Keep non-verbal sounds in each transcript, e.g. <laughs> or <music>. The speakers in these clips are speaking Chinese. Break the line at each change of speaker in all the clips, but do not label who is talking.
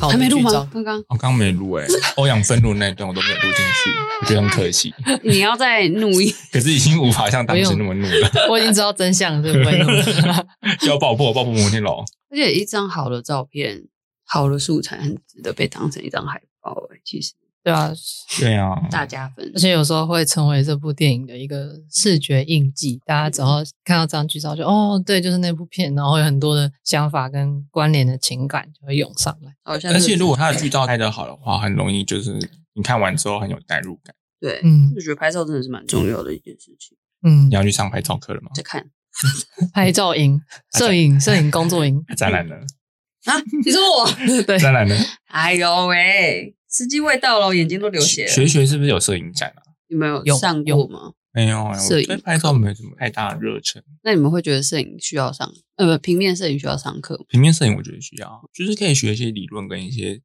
好
哦
还没录
你
吗
去找？
刚刚
我刚刚没录哎、欧阳森罗那一段我都没有录进去，我觉得很可惜。
你要再努
<laughs>
一，
可是已经无法像当时那么怒了，
<laughs> 我已经知道真相了，对不 <laughs> 对？
<laughs> 要爆破爆破摩天楼，
而且一张好的照片，好的素材很值得被当成一张海报、欸。其实
对啊，
对啊，
大加分
而，且有时候会成为这部电影的一个视觉印记。大家只要看到这张剧照就，哦，对，就是那部片，然后有很多的想法跟关联的情感就会涌上来。
好像
而且如果他
他
的剧照拍得好的话，很容易就是你看完之后很有代入感。
对，
嗯
就觉得拍照真的是蛮重要的一件事情。
嗯
你，要去上拍照课了吗？
再看
拍照营、摄影、摄影工作
<laughs>
营，
嗯
展览呢？
啊，你说我，
对，
展览呢？
哎呦喂，时机未到了，我眼睛都流血了。
学学是不是有摄影展啊？
你们有
有
上过
有
吗？
没有哎、
摄
我
影
对拍照没有什么太大的热忱。
那你们会觉得摄影需要上，呃，不，平面摄影需要上课吗？
平面摄影我觉得需要，就是可以学一些理论跟一些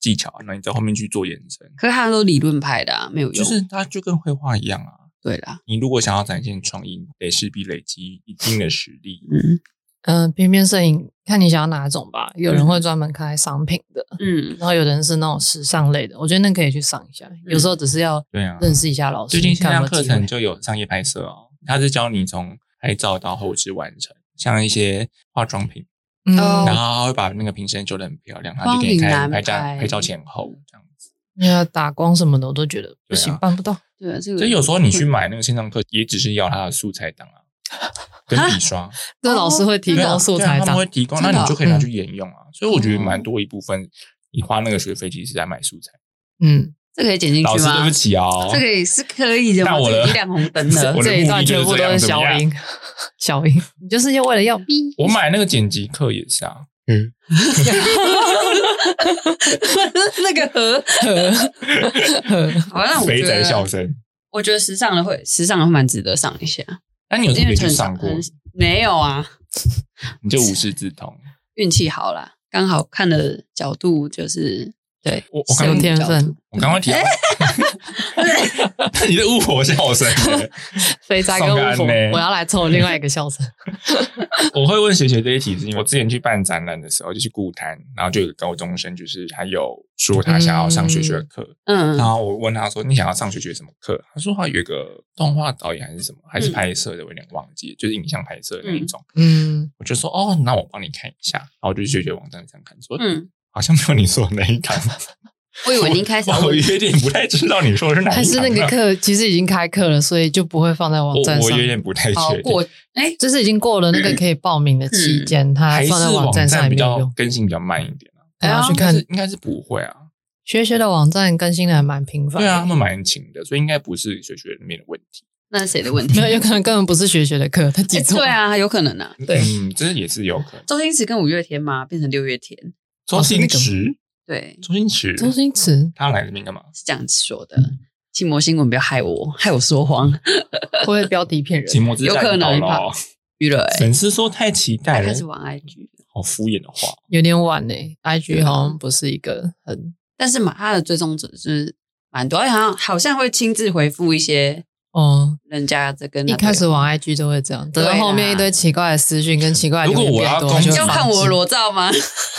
技巧，然后你在后面去做延伸。
可是他都理论派的、啊，没有用。
就是它就跟绘画一样啊，
对啦，
你如果想要展现创意，得势必累积一定的实力。
嗯
嗯、平面摄影，看你想要哪种吧。有人会专门开商品的，
嗯，
然后有人是那种时尚类的，我觉得那可以去上一下。有时候只是要
对啊
认识一下老师。
最近线
看有
上
没有
课
机会
程就有商业拍摄哦，它是教你从拍照到后置完成，像一些化妆品，
嗯
哦
然后它会把那个瓶身修得很漂亮，它就给
光
你
影
看
难
拍照
拍
拍照前后这样子。
你要打光什么的，我都觉得不
对
行，
啊
办不到。
对啊，这个
所以有时候你去买那个线上课，也只是要它的素材
<laughs>
档啊，跟笔刷，
这老师会提
对啊
供素
对啊
材嗯
他们
档
会，提供，那
真的
你
哦
就可以拿去沿用啊。所以我觉得蛮多一部分，你花那个学费其实是在买素材。
嗯，
这可以剪进
老
去
师，
吗？
对不起哦，
这个也是可以的嘛，
但我
这
的
已经亮红灯了
<laughs> 我。的
这一段
目的就
全
是
部
这
都
样
是
怎么
小
样
英， <laughs> 小 <laughs> 英，你就是要为了要逼
我买那个剪辑课也是啊，嗯，
<laughs> 那个和好，啊那我
肥
觉
仔笑
得，
声。
我觉得时尚的会，时尚的会蛮值得上一下，
那你有特
因为
别去
很
上过？
很没有啊，
你就无师自
<laughs>
通。
运气好啦，刚好看的角度就是对，
我我刚
摄影
有天
角度
分，
我刚刚提到，
哎 <laughs>
你的巫婆笑声， <laughs>
肥宅跟
上岸
巫婆
呢，
我要来凑另外一个笑声。
我会问学学这一题，是因为我之前去办展览的时候，就去顾摊，然后就有个高中生，就是他有说他想要上学学的课，然
嗯，
后我问他说你想要上学学什么课？他说他有一个动画导演还是什么，
嗯
还是拍摄的，我有点忘记，就是影像拍摄的那一种。
<laughs> 嗯，
我就说哦，那我帮你看一下，然后我就去学学网站上看，说嗯，
嗯，
好像没有你说的那一堂，
我以为您开始要
我
问
有点不太知道你说的是哪一堂，
还是那
<laughs>
个课其实已经开课了，所以就不会放在网
我
站
我
上
有，点不太
好
确定。嗯
过，哎，
就是已经过了那个可以报名的期间，它
还是
放在
网
站上也
比
没有
较
用。
更新比较慢一点啊。
还
哎
要
呀
去看
应该是应该是不会啊。
学学的网站更新的还 <laughs> 蛮频繁，
对啊，他，们蛮勤的，所以应该不是学学那边的问题。
那是谁的问题？
没有有可能根本不是学学的课，他记
哎
错。
对，啊，有可能啊。
<laughs> 对
嗯，这也是有可能。
周星驰跟五月天嘛，变成六月天，
周
哦是那
星
个
驰，
对，
周星驰，
周星驰，
他来这边干嘛？
是这样子说的。
嗯
寂寞新闻不要害我， <laughs> 害我说谎，
会不会标题骗人？
秦魔之
有
战
可
到
能
了哦，
娱乐哎，
粉丝说太期待
啊
他
了
开，始玩 IG，了
好敷衍的话。
有点晚呢、i g 好像不是一个很，
但是嘛，他的追踪者就是蛮多，而且好像好像会亲自回复一些
哦，
人家在跟他
一开始
对
玩 IG 都会这样，等到
对啦
后面一堆奇怪的私讯跟奇怪的
如果
留言变
我要
多，
攻击
就
要
会
看
放
我
弃
裸
<laughs>
照吗？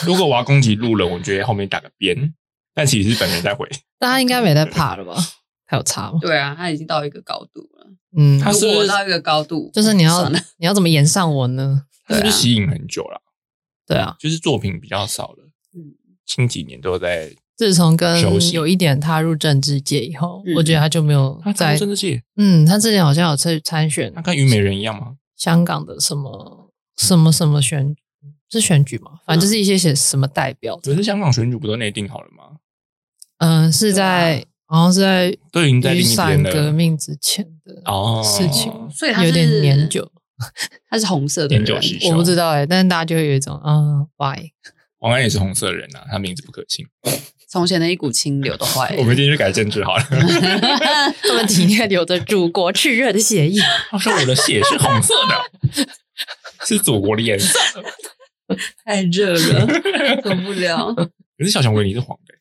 如果我要攻击路人，我觉得后面打个边，但其实是本
<laughs>
人在回。
大家应该没在怕了吧？ <laughs> 还有差吗？
对啊，他已经到一个高度了。
嗯，
他
如
是
果我到一个高度，
就是你要
算了
你要怎么演上我呢？
他是不
对啊
是吸引很久了？
对啊，
就是作品比较少了，
嗯
近几年都在。
自从跟
熟悉
有一点踏入政治界以后，
嗯
我觉得他就没有
他
在
真的是，
嗯，他之前好像有去参选
他跟虞美人一样吗？
香港的什么什么什么选是选举嘛，反正就是一些写什么代表，
可是香港选举不都内定好了吗？
嗯，是在
啊
好像是在
都已经在
雨
另一
伞
边了。
革命之前的
哦，
事情
所以他是
有点年，久，
他是红色的人
年久失修
我不知道哎、但是大家就会有一种啊，why？
王安也是红色人呐、啊，他名字不可信。
从前的一股清流都坏
我
了。
<laughs>
们今天就改政治好了。 <laughs>
他们体内流着祖国炽热的血液，
他说我的血是红色的，是祖国的颜色。 <laughs>
太热了， <laughs> 受不了。
可是小熊维尼是黄的、欸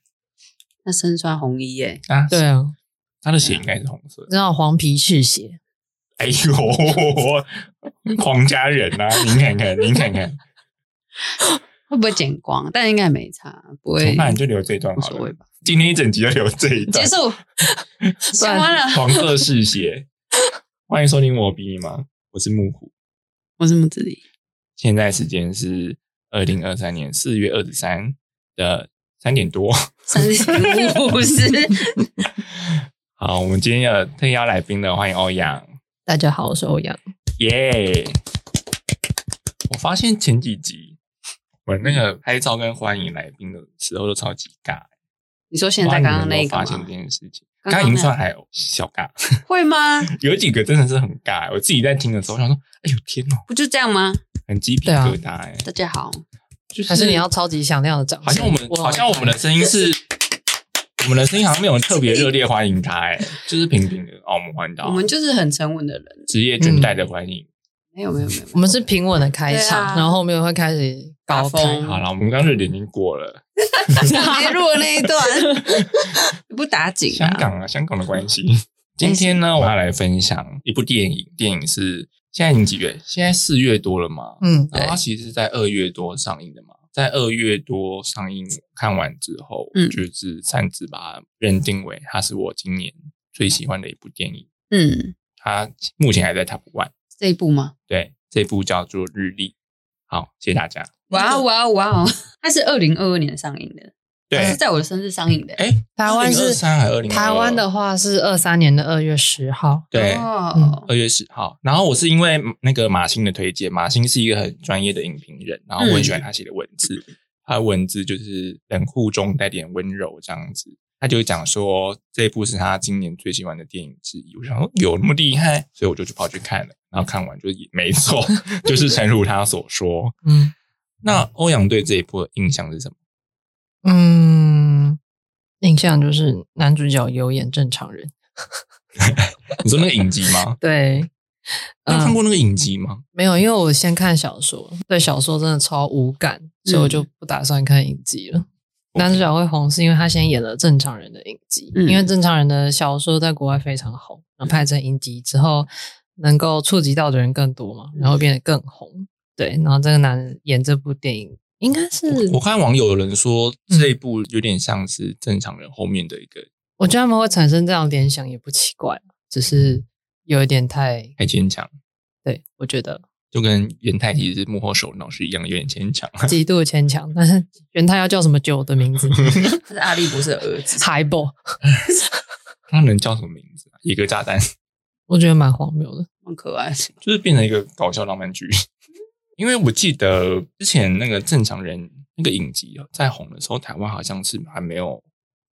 他身穿红衣欸耶，
啊，
对，啊，
他的血应该是红色的。
知道黄皮赤血，
哎呦，皇家人呐、啊，您看看，您看看，
会不会剪光？但应该没差，不会。
那你就留这一段
无
好
所谓
了。
吧。
今天一整集就留这一
结
段。
<laughs> 束，讲完了。
黄色嗜血，欢迎收听我比你忙，我是木虎。
我是木子李，
现在时间是二零二三年四月二十三的三点多。
<laughs> 三 <laughs> 十五十，
好，我们今天要特邀来宾的，欢迎欧阳，
大家好，我是欧阳。
耶、我发现前几集我那个拍照跟欢迎来宾的时候都超级尬，
<laughs> 你说现在刚刚那
不
个
知道你们有没有发现这
吗？
件事情，
刚
刚
刚
刚已经算还小尬，
会吗？
有几个真的是很尬。我自己在听的时候我想说，哎呦天哦，
不就这样吗？
很鸡
啊
皮疙瘩哎、
大家好，
就是
还是你要超级响亮的掌声？
好像我们
哇
好像我们的声音是，我们的声音好像没有人特别热烈欢迎他、哎，就是平平的哦，我们欢迎他
我，们就是很沉稳的人。
职业倦怠的欢迎。
没有没有没有，
我们是平稳的开场，
对啊
然后后面会开始高
大
开
风。
好了，我们刚刚热点已经过了，
没录那一段， <laughs> 你不打紧
香
啊。
港啊，香港的关系。今天呢，我要来分享一部电影，电影是现在已经几月？现在四月多了嘛，
嗯，
然后它其实是在二月多上映的嘛，在二月多上映看完之后，
嗯
就是擅自把它认定为它是我今年最喜欢的一部电影，
嗯，
它目前还在 Top One。
这一部吗？
对，这部叫做《日历》。好，谢谢大家。
哇哦哇哦哇哦！它是二零二二年上映的，
对，
它是在我的生日上映的。
哎，
哎台湾是
三还二零？
台湾的话是二三年的二月十号。
对，嗯
哦，
二月十号。然后我是因为那个马欣的推荐，马欣是一个很专业的影评人，然后我很喜
嗯
欢他写的文字，他的文字就是冷酷中带点温柔这样子。他就讲说这部是他今年最喜欢的电影之一，我想说有那么厉害，所以我就去跑去看了，然后看完就也没错， <laughs> 就是诚如他所说。
嗯
那欧阳对这一部的印象是什么？
嗯，印象就是男主角有演正常人。
你说那个影集吗？
对，嗯
你有看过那个影集吗？
没有，因为我先看小说，对小说真的超无感，所以
嗯
我就不打算看影集了。男主角会红是因为他先演了正常人的影集，
嗯
因为正常人的小说在国外非常红，然后拍成影集之后，能够触及到的人更多嘛，然后变得更红。对，然后这个男人演这部电影应该是，
我看网友有人说
嗯
这一部有点像是正常人后面的一个
我觉得他们会产生这样的联想也不奇怪，只是有一点太，
太牵强，
对我觉得
就跟元太其实是幕后首脑是一样的，有点牵强。 <laughs>
<laughs> 极度牵强。但是原太要叫什么酒的名 <laughs> 字
它是阿笠博士的儿子。
海 i
他能叫什么名字、啊？一个炸弹， <laughs>
我觉得蛮荒谬的。
很可爱，
就是变成一个搞笑浪漫剧。 <laughs> 因为我记得之前那个正常人那个影集哦在红的时候，台湾好像是还没有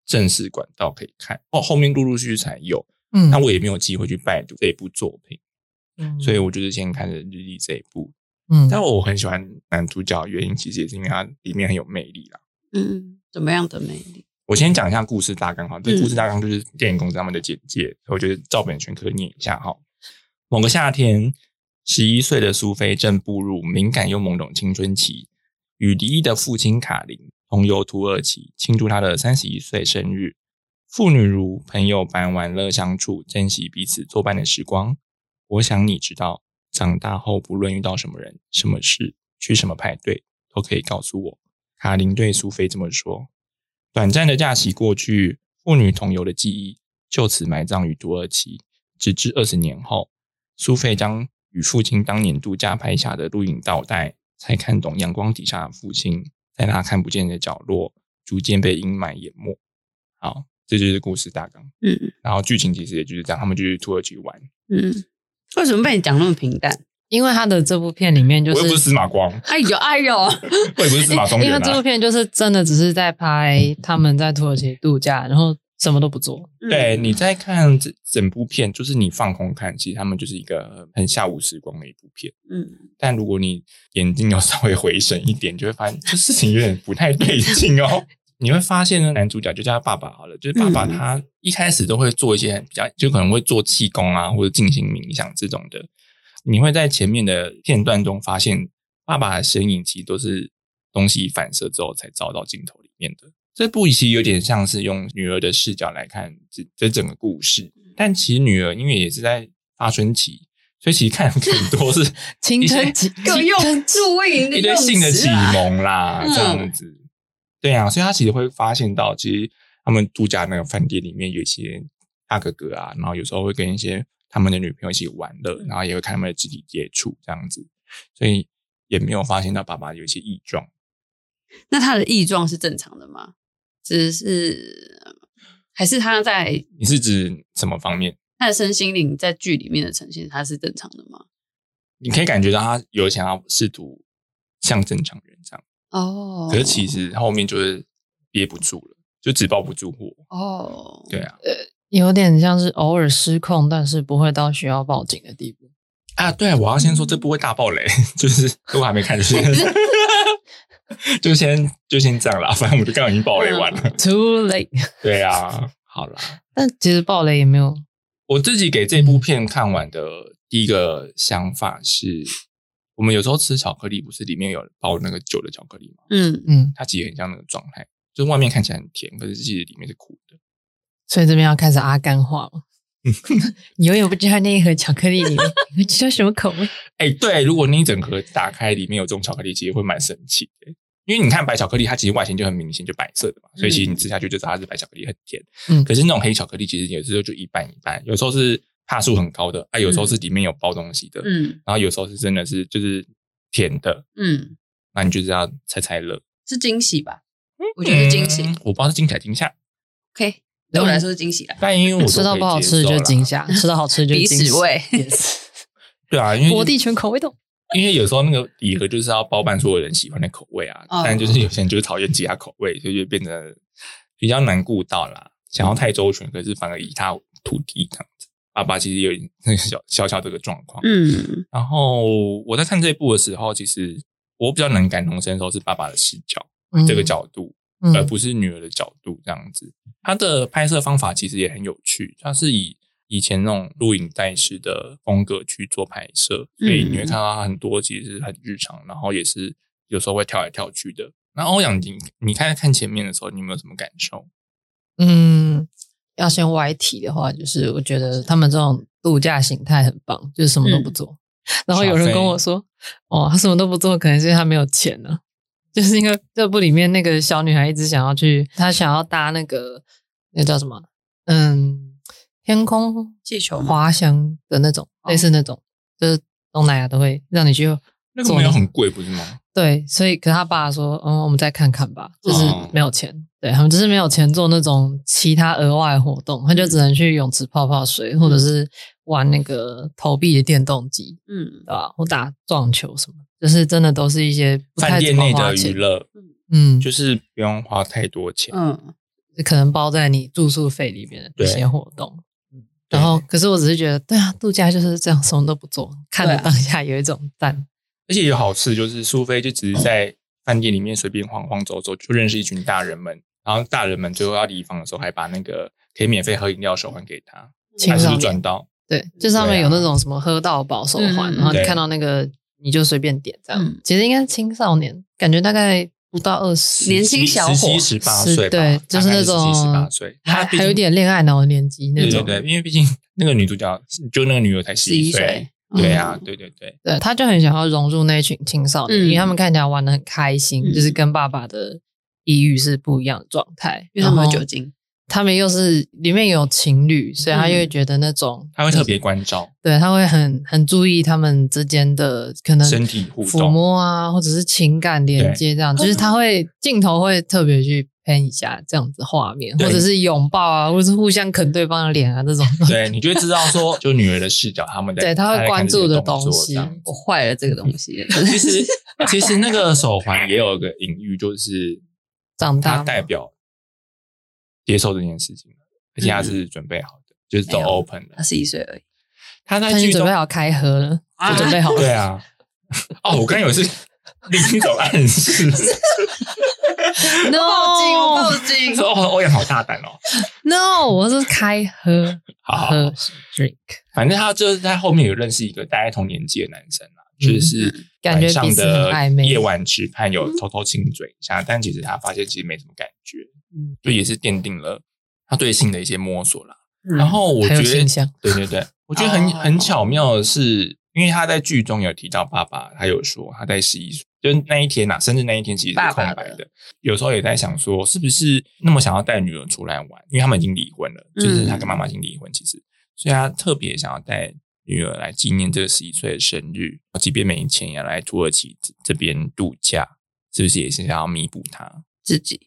正式管道可以看，哦，后面陆陆续续才有。
嗯
那我也没有机会去拜读这一部作品，
嗯
所以我就是先看了《日历》这一部。
嗯，
但我很喜欢男主角的原因，其实也是因为他里面很有魅力啦。
<laughs> 嗯，怎么样的魅力？
我先讲一下故事大纲哈，这故事大纲就是电影公司他们的简介，我觉得照本宣科念一下哈。某个夏天，十一岁的苏菲正步入敏感又懵懂青春期，与离异的父亲卡林同游土耳其，庆祝她的三十一岁生日。父女如朋友般玩乐相处，珍惜彼此作伴的时光。我想你知道，长大后不论遇到什么人、什么事、去什么派对，都可以告诉我。卡琳对苏菲这么说。短暂的假期过去，父女同游的记忆就此埋葬于土耳其。直至二十年后，苏菲将与父亲当年度假拍下的录影倒带，才看懂阳光底下的父亲，在他看不见的角落，逐渐被阴霾淹没。好，这就是故事大纲。
嗯
然后剧情其实也就是这样，他们就去土耳其玩。
嗯，为什么被你讲那么平淡？
因为他的这部片里面就
我又不是
是，
司马光，
<laughs>
哎呦哎呦，
我也不是司马中
因
原
为这部
啊。
片就是真的只是在拍他们在土耳其度假，然后什么都不做。
对，
嗯
你在看这整部片，就是你放空看，其实他们就是一个很下午时光的一部片。
嗯，
但如果你眼睛有稍微回神一点，就会发现这事情有点不太对劲哦。 <laughs> 你会发现呢，男主角就叫他爸爸好了，就是爸爸
嗯
他一开始都会做一些比较，就可能会做气功啊，或者进行冥想这种的。你会在前面的片段中发现，爸爸的身影其实都是东西反射之后才照到镜头里面的。这部其实有点像是用女儿的视角来看这这整个故事，但其实女儿因为也是在发春期，所以其实看很多是
青春
<laughs>
期
各用注意
一堆性的启蒙啦，
嗯
这样子。对啊，所以他其实会发现到，其实他们度假那个饭店里面有一些大哥哥啊，然后有时候会跟一些他们的女朋友一起玩乐，然后也会看他们的肢体接触这样子，所以也没有发现到爸爸有一些异状。
那他的异状是正常的吗？只是呃还是他在
你是指什么方面？
他的身心灵在剧里面的呈现，他是正常的吗？
你可以感觉到他有想要试图像正常人这样，
哦，
可是其实后面就是憋不住了，就纸包不住火。
哦，
对啊，
有点像是偶尔失控，但是不会到需要报警的地步。
啊，对，我要先说这部会大爆雷， <laughs> 就是如果还没看就是就先就先这样啦，反正我就刚刚已经爆雷完
嗯
了。
Too late。
<laughs> 对啊，好啦，
但其实暴雷也没有，
我自己给这部片看完的第一个想法是，我们有时候吃巧克力不是里面有包那个酒的巧克力吗？
嗯，
嗯，
它其实很像那个状态，就是外面看起来很甜，可是其实里面是苦的。
所以这边要开始阿甘化
<laughs>
了。 <laughs> 你永远不知道那一盒巧克力里面 <laughs> 你会吃到什么口味。
哎、对，如果你一整盒打开，里面有这种巧克力，其实会蛮神奇的。因为你看白巧克力，它其实外形就很明显，就白色的嘛，所以其实你吃下去就知道它是白巧克力，很甜。
嗯
可是那种黑巧克力其实有时候就一半一半，有时候是帕数很高的，啊，有时候是
嗯
里面有包东西的，
嗯
然后有时候是真的是就是甜的，
嗯，
那你就知道猜猜乐。
是惊喜吧？我觉得是惊喜。
嗯我不知道是惊喜还是惊吓，
OK，对我嗯来说是惊喜啦，
但因
<laughs>
为我都
吃到
可以
不好
接
吃
受
就
啦
惊。吓，吃到好吃就
鼻
惊
屎
喜。
味。
<laughs> Yes，
对啊， <laughs> 因为
我地全口味都。
因为有时候那个礼盒就是要包办所有人喜欢的口味啊，
哦
但就是有些人就是讨厌其他口味，所以就变得比较难顾到啦。想要太周全，可是反而以他土地这样子。爸爸其实有那个小小小这个状况。
嗯
然后我在看这部的时候，其实我比较能感同身受是爸爸的视角、
嗯
这个，角度，
嗯
而不是女儿的角度这样子。它的拍摄方法其实也很有趣，它是以以前那种录影带式的风格去做拍摄，所以
嗯
你会看到它很多其实是很日常，然后也是有时候会跳来跳去的。那欧阳，你你看看前面的时候，你有没有什么感受？
嗯，要先歪题的话，就是我觉得他们这种度假形态很棒，就是什么都不做。然后有人跟我说，哦，他什么都不做，可能是因为他没有钱呢、就是因为这部里面那个小女孩一直想要去，她想要搭那个那叫什么，嗯，天空
气球吗
滑翔的那种，类似那种，就是东南亚都会让你去
那个没有很贵，不是吗？
对，所以可是他爸说，嗯，我们再看看吧，就是
哦
没有钱，对他们只是没有钱做那种其他额外活动，他就
嗯
只能去泳池泡泡水，或者是玩那个投币的电动机，
嗯
对吧？或打撞球什么，就是真的都是一些不
饭
太
店
怎么
内
花
的娱
钱，
乐
嗯，就
就是不用花太多钱。
嗯，
可能包在你住宿费里面的一
对
些活动。嗯
对
然后，可是我只是觉得，对啊，度假就是这样，什么都不做，看着
对啊
当下有一种淡。
而且有好事就是，苏菲就只是在饭店里面随便晃晃走走，就认识一群大人们。然后大人们最后要离房的时候，还把那个可以免费喝饮料的手环给他，
青
还是
少
不是
年
赚到？
对，就是他们
对啊
有那种什么喝到饱手环，
嗯
然后你
对
看到那个你就随便点这样。
嗯
其实应该是青少年，感觉大概不到二十，
年轻小伙
十七、十八
是
岁吧，
对就是那种
十八岁，
还
她毕
还有
竟
点恋爱脑的年纪那
对对
种。
对，因为毕竟那个女主角就那个女儿才十
十一
一
岁嗯
岁，，
嗯
对
呀，
啊，对对对，
对他就很想要融入那一群青少年，
嗯
因为他们看起来玩的很开心，
嗯
就是跟爸爸的抑郁是不一样的状态。
因为他们
然
有
后
酒精，
他们又是里面有情侣，所以他
嗯
又会觉得那种
她会特别关照
对，他会很很注意他们之间的可能
身体互
抚
动，
摸啊，或者是情感连接这样，
嗯
就是他会镜头会特别去喷一下这样子画面，
对
或者是拥抱啊，或者是互相啃对方的脸啊这种。
对，你就会知道说，就女儿的视角，他们在
对她会
在看
关
这些
注的
动作
东西
这样嗯
我坏了这个东西，
其实，其实那个手环也有一个隐喻，就是
<laughs> 长大
它
吗
代表接受这件事情，而且他是准备好的，就是都
没有
open 了
他。十一岁而已，
他在
嗯哎他已经
剧
准
中
备，好开合了，
啊
就准备好 <laughs> 了。
对啊，哦，我刚以为是另一种暗
<laughs>
示，
No
警 <laughs>
说哦，欧阳好大胆哦。
No，我是开喝
好好
喝 drink，
反正他就是在后面有认识一个大概同年纪的男生啊，
嗯
就是
感觉
晚上
彼此很
的
暧昧嗯
夜晚吃饭有偷偷亲嘴一下，但其实他发现其实没什么感觉，
嗯
就也是奠定了他对性的一些摸索啦。
嗯
然后我
还
觉
有
得
倾向，
<laughs>
对对对，我觉得很
哦
很巧妙的是，因为他在剧中有提到爸爸，他有说他在十一岁，就是那一天呐、啊，生日那一天其实是
爸
空
爸
白
的
的。有时候也在想说，是不是那么想要带女儿出来玩？因为他们已经离婚了，就是
嗯
他跟妈妈已经离婚，其实，所以他特别想要带女儿来纪念这个十一岁的生日，即便没钱也要来土耳其这这边度假，是不是也是想要弥补他？
自己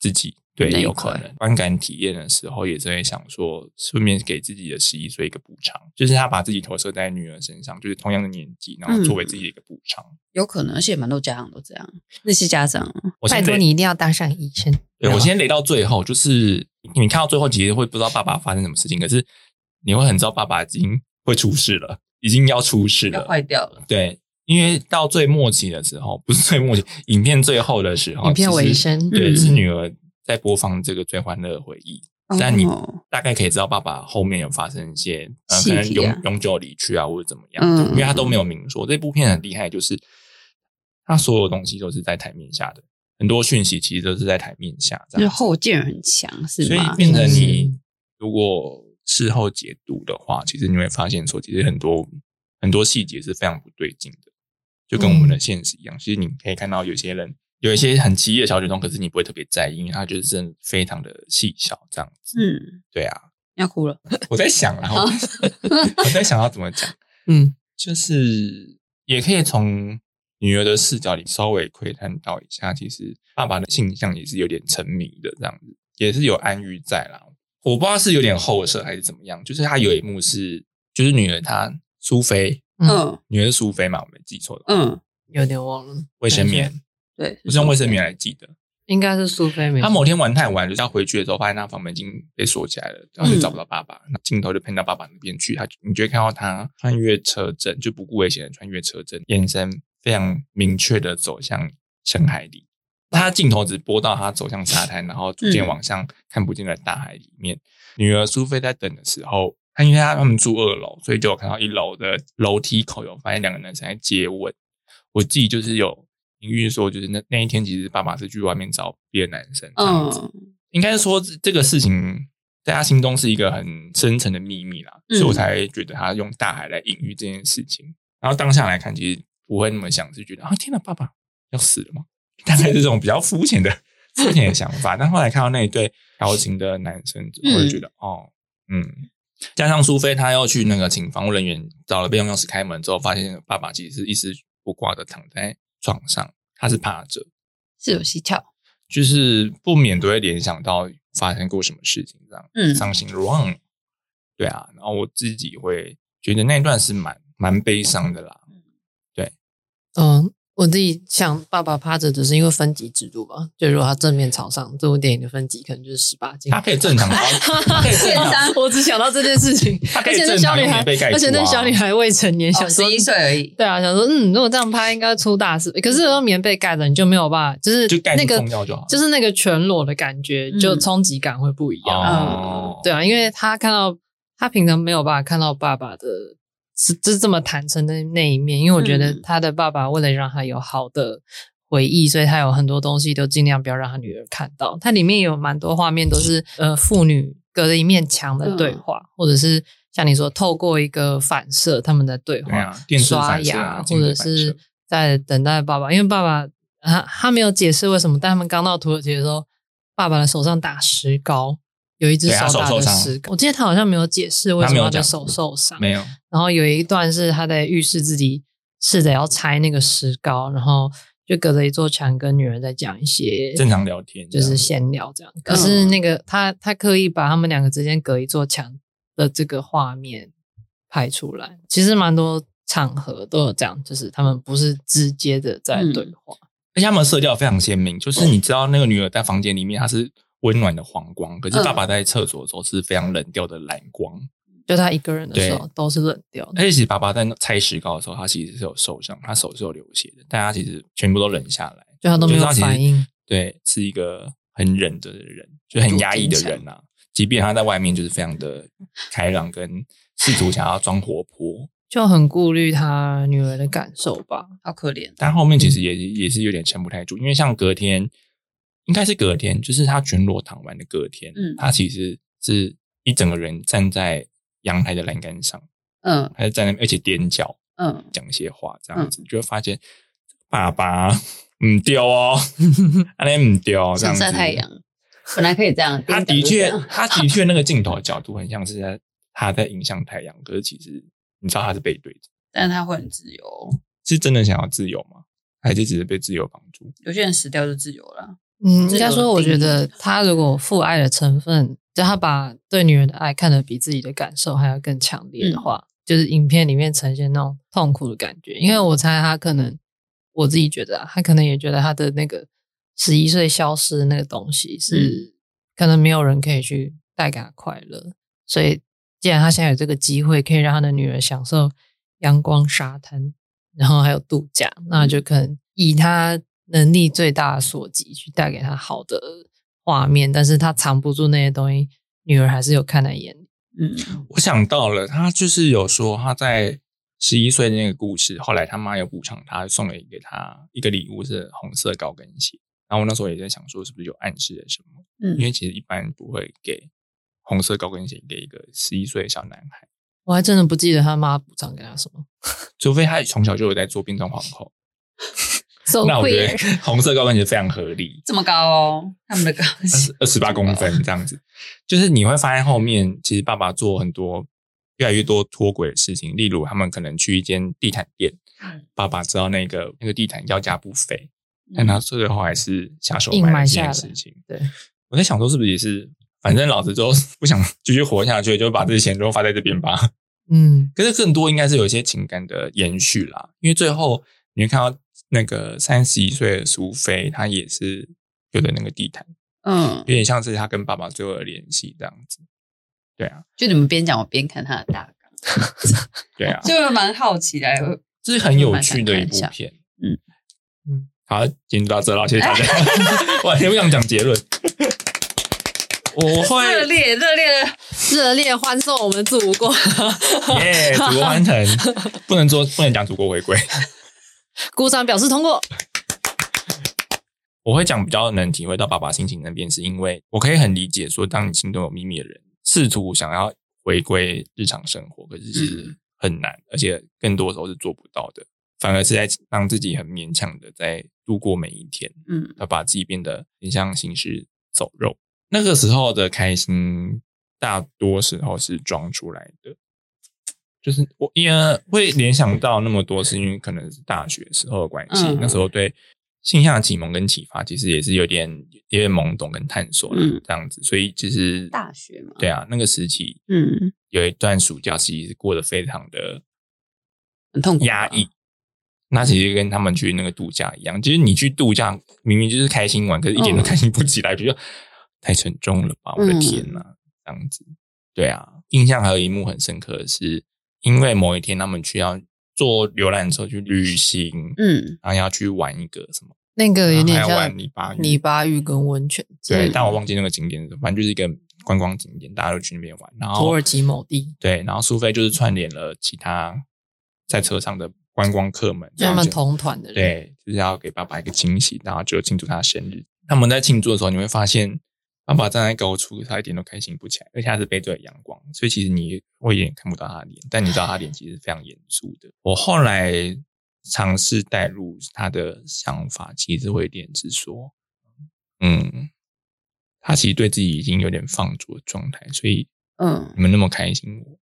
自己对
那一
有可
块
能观感体验的时候，也是会想说，顺便给自己的十一岁一个补偿，就是他把自己投射在女儿身上，就是同样的年纪，然后
嗯
作为自己的一个补偿。
有可能，而且蛮多家长都这样，那些家长
我
拜
先
托
累
你哦一定要当上医生。
对我先累到最后，就是你看到最后，其实会不知道爸爸发生什么事情，可是你会很知道爸爸已经会出事了，已经要出事
要
了。
坏掉了。
对，因为到最末期的时候，不是最末期，影片最后的时候，
影片
哦其实
尾声
对，
嗯
是女儿在播放这个最欢乐的回忆。但你
哦
大概可以知道爸爸后面有发生一些呃，
细
可能
节
永
啊
永久离去啊，或者怎么样，
嗯
因为他都没有明说。这部片很厉害，就是他所有东西都是在台面下的，很多讯息其实都是在台面下，
就
这
是
样
后劲很强，是
所以
吗？
变成
是
你如果事后解读的话，其实你会发现说，其实很多很多细节是非常不对劲的，就跟我
嗯
们的现实一样。其实你可以看到有些人有一些很奇异的小举动，可是你不会特别在意，因为他就是真的非常的细小这样子。
嗯，
对啊。
要哭了。
我在想啊，我 <laughs> 我在想要怎么讲，
嗯，
就是也可以从女儿的视角里稍微窥探到一下，其实爸爸的性向也是有点沉迷的，这样子也是有暗喻在啦。我不知道是有点后设还是怎么样，就是他有一幕是，就是女儿她苏菲，
嗯
嗯
女儿是苏菲嘛，我没记错的话，
嗯，
有点忘了，
卫生棉，
对，
我是用卫生棉来记的。
应该是苏菲没
他某天玩太晚，就是要回去的时候，发现他房门已经被锁起来了，然后就找不到爸爸。那镜头就喷到爸爸那边去，他就你就会看到他穿越车阵，就不顾危险的穿越车阵，眼神非常明确的走向深海里。他镜头只播到他走向沙滩，然后逐渐往上看不见的大海里面。女儿苏菲在等的时候，她因为她他们住二楼，所以就有看到一楼的楼梯口有发现两个男生在接吻。我自己就是有隐喻说，就是那那一天其实爸爸是去外面找别的男生，这样子。
嗯
应该说这这个事情在他心中是一个很深层的秘密啦，
嗯
所以我才觉得他用大海来隐喻这件事情。然后当下来看，其实不会那么想，是觉得啊，天哪，爸爸要死了吗？ <laughs> 大概是这种比较肤浅的肤浅的想法。但后来看到那一对调情的男生，我就觉得、哦，嗯。加上苏菲，她要去那个请防务人员找了备用钥匙开门之后，发现爸爸其实是一丝不挂的躺在床上，他是趴着，
是有蹊跷。
就是不免都会联想到发生过什么事情这样，
嗯
，something wrong，对啊，然后我自己会觉得那一段是蛮蛮悲伤的
<laughs>
啦，
嗯，我自己想爸爸趴着，只是因为分级制度吧。就如果他正面朝上，这部电影的分级可能就是十八禁
他。可以正
<laughs>
常，他可以正常，
我只想到这件事情，
他可
而
以
且那
正
小
常
女
用
孩
棉 <laughs> 被盖，住啊
而且那小女孩未成年，想
哦十
说
一岁而已，
对啊，想说嗯，如果这样拍应该出大事。可是用棉被盖着，你就没有办法，就是
就盖
那
住
个
缝掉就好了
就是那个全裸的感觉，
嗯
就冲击感会不一样。
哦，
对啊，因为他看到他平常没有办法看到爸爸的，是就是这么坦诚的那一面。因为我觉得
嗯
他的爸爸为了让他有好的回忆，所以他有很多东西都尽量不要让他女儿看到。它里面有蛮多画面都是呃父女隔着一面墙的对话，或者是像你说透过一个反射他们的对话，
对啊，电视
刷
反射
牙
啊，
或者
镜子
是
反射
在等待爸爸，因为爸爸他他没有解释为什么，但他们刚到土耳其的时候，爸爸的手上打石膏，有一只
对他手
打
受
的
伤
石膏。我记得他好像没有解释为
他
什
没
么
有
他的
讲
手受伤。
没有，
然后有一段是他在浴室自己试着要拆那个石膏，然后就隔着一座墙跟女儿在讲一些
正常聊天这
就
样
是闲聊这样。可是那个他他刻意把他们两个之间隔一座墙的这个画面拍出来，其实蛮多场合都有这样，就是他们不是直接的在对话，
而且他们的色调非常鲜明，就是你知道那个女儿在房间里面她是温暖的黄光，可是
嗯
爸爸在厕所的时候是非常冷调的蓝光。
就他一个人的时候
对
都是冷掉的。
而且其实爸爸在拆石膏的时候，他其实是有受伤，他手是有流血的，但他其实全部都忍下来，
就他都没有反应
就是他其实对，是一个很忍的人，就很压抑的人啊。即便他在外面就是非常的开朗，跟试图想要装活泼，
就很顾虑他女儿的感受吧。
好可怜。
但后面其实也也是有点撑不太住，因为像隔天，应该是隔天，就是他全裸躺完的隔天，
嗯
他其实是一整个人站在阳台的栏杆上，
嗯
还是在那边，而且踮脚
嗯，
讲一些话，这样子、就会发现爸爸 <laughs> 唔
<laughs>
丢哦，阿连唔丢，这
想
样子
晒太阳，本来可以这样，
他
边讲
的
就这
确
样，
他的确那个镜头的角度很像是在他在影像太阳，可是其实你知道他是背对着，
但是他会很自由。
是真的想要自由吗？还是只是被自由绑住？
有些人死掉就自由了，
嗯，
这
应该
有
说，我
定
觉
义
得他如果父爱的成分，就他把对女人的爱看得比自己的感受还要更强烈的
嗯
话，就是影片里面呈现那种痛苦的感觉。因为我猜他可能，我自己觉得、啊，他可能也觉得他的那个十一岁消失的那个东西
嗯
是、可能没有人可以去带给他快乐，所以既然他现在有这个机会，可以让他的女儿享受阳光、沙滩，然后还有度假，那
嗯
就可能以他能力最大的所及去带给他好的画面，但是他藏不住那些东西，女儿还是有看在眼里。
嗯，
我想到了，他就是有说他在十一岁的那个故事，后来他妈有补偿他，送了给他一个礼物是红色高跟鞋。然后我那时候也在想说，是不是有暗示了什么？
嗯
因为其实一般不会给红色高跟鞋给一个十一岁的小男孩，
我还真的不记得他妈补偿给他什么，
除非他从小就有在做变装皇后。
so
那我
queer。 <laughs>
觉得 <laughs> 红色高跟鞋非常合理，
这么高哦，他们的高兴，
二十八公分这样子。就是你会发现后面，其实爸爸做很多越来越多脱轨的事情，例如他们可能去一间地毯店，
嗯
爸爸知道那个那个地毯要价不菲，但哎他最后还是下手
嗯
买
硬
了
买
这
下来
件事情。
对，
我在想说是不是也是，反正老子都 <laughs> 不想继续活下去，就把这些钱都花在这边吧。
嗯，
可是更多应该是有一些情感的延续啦，因为最后你会看到那个三十一岁的苏菲，她也是有的那个地毯，
嗯
有，点像是她跟爸爸最后的联系这样子。对啊，
就你们边讲我边看他的大纲，
对啊，
就蛮好奇的。
这是很有趣的一部片。
嗯
嗯，
好，今天就到这了，谢谢大家。我也不想讲结论，我
热
会
烈热烈的，
热烈欢送我们祖国
耶，祖国欢腾，不能做，不能讲祖国回归。
鼓掌表示通过。
我会讲比较能体会到爸爸心情那边，是因为我可以很理解说，当你心中有秘密的人，试图想要回归日常生活，可是其实很难，而且更多时候是做不到的，反而是在让自己很勉强的在度过每一天，
嗯
要把自己变得很像行尸走肉。那个时候的开心，大多时候是装出来的。就是我因为会联想到那么多，是因为可能是大学时候的关系，
嗯
那时候对性向的启蒙跟启发，其实也是有点有点懵懂跟探索啦，
嗯
这样子。所以其实
大学嘛
对啊，那个时期
嗯，
有一段暑假，其实是过得非常的
很痛苦，啊
压抑。那其实跟他们去那个度假一样，其实你去度假明明就是开心玩，可是一点
嗯
都开心不起来，觉得太沉重了吧！我的
嗯
天呐，这样子，对啊。印象还有一幕很深刻的是，因为某一天他们去要坐游览车去旅行，
嗯，
然后要去玩一个什么，
那个有点
然后还要
像
玩泥巴浴
泥巴浴跟温泉之类
对，
的，
但我忘记那个景点是什么，反正就是一个观光景点，大家都去那边玩。然后
土耳其某地，
对，然后苏菲就是串联了其他在车上的观光客们，
就他
然后
们
就
同团的人，
对，就是要给爸爸一个惊喜，然后就庆祝他生日。他们在庆祝的时候，你会发现爸爸站在高处，他一点都开心不起来，而且他是背对着阳光，所以其实你会有点看不到他的脸，但你知道他脸其实是非常严肃的。我后来尝试带入他的想法，其实会有点是说，嗯，他其实对自己已经有点放逐的状态，所以
嗯
你们那么开心我，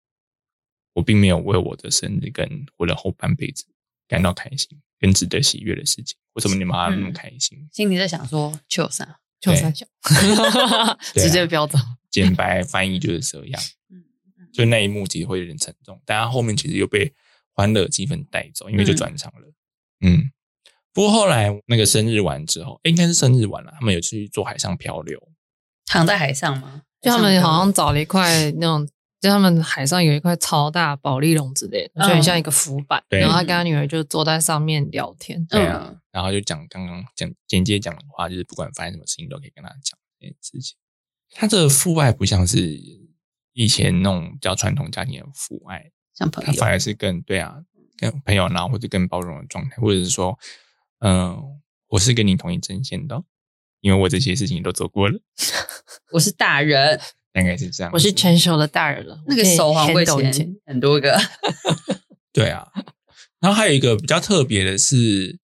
我并没有为我的生日跟我的后半辈子感到开心跟值得喜悦的事情。为什么你们还那
嗯
么开心？
心里在想说，就啥，
就三 <laughs> 小，
对啊
直接飙走。
简白翻译就是这样
<laughs> 嗯。
所以那一幕其实会有点沉重，但他后面其实又被欢乐的气氛带走，因为就转场了。嗯不过后来那个生日完之后，诶应该是生日完了，他们有去做海上漂流。
躺在海上吗？嗯
就他们好像找了一块那种，就他们海上有一块超大保利龙之类的，
嗯
就很像一个浮板。
对
然后他跟他女儿就坐在上面聊天。
对
嗯
啊，然后就讲刚刚讲简介讲的话，就是不管发生什么事情都可以跟他讲这件事情。他的父爱不像是以前那种比较传统家庭的父爱，
像朋
哎
他
友
反，而是更对啊，跟朋友然后或者更包容的状态，或者是说，嗯、我是跟你同一阵线的哦，因为我这些事情都做过了。
我是大人，
大概是这样。
我是成熟的大人了，
那个手环我以前很多个，
对啊。然后还有一个比较特别的是，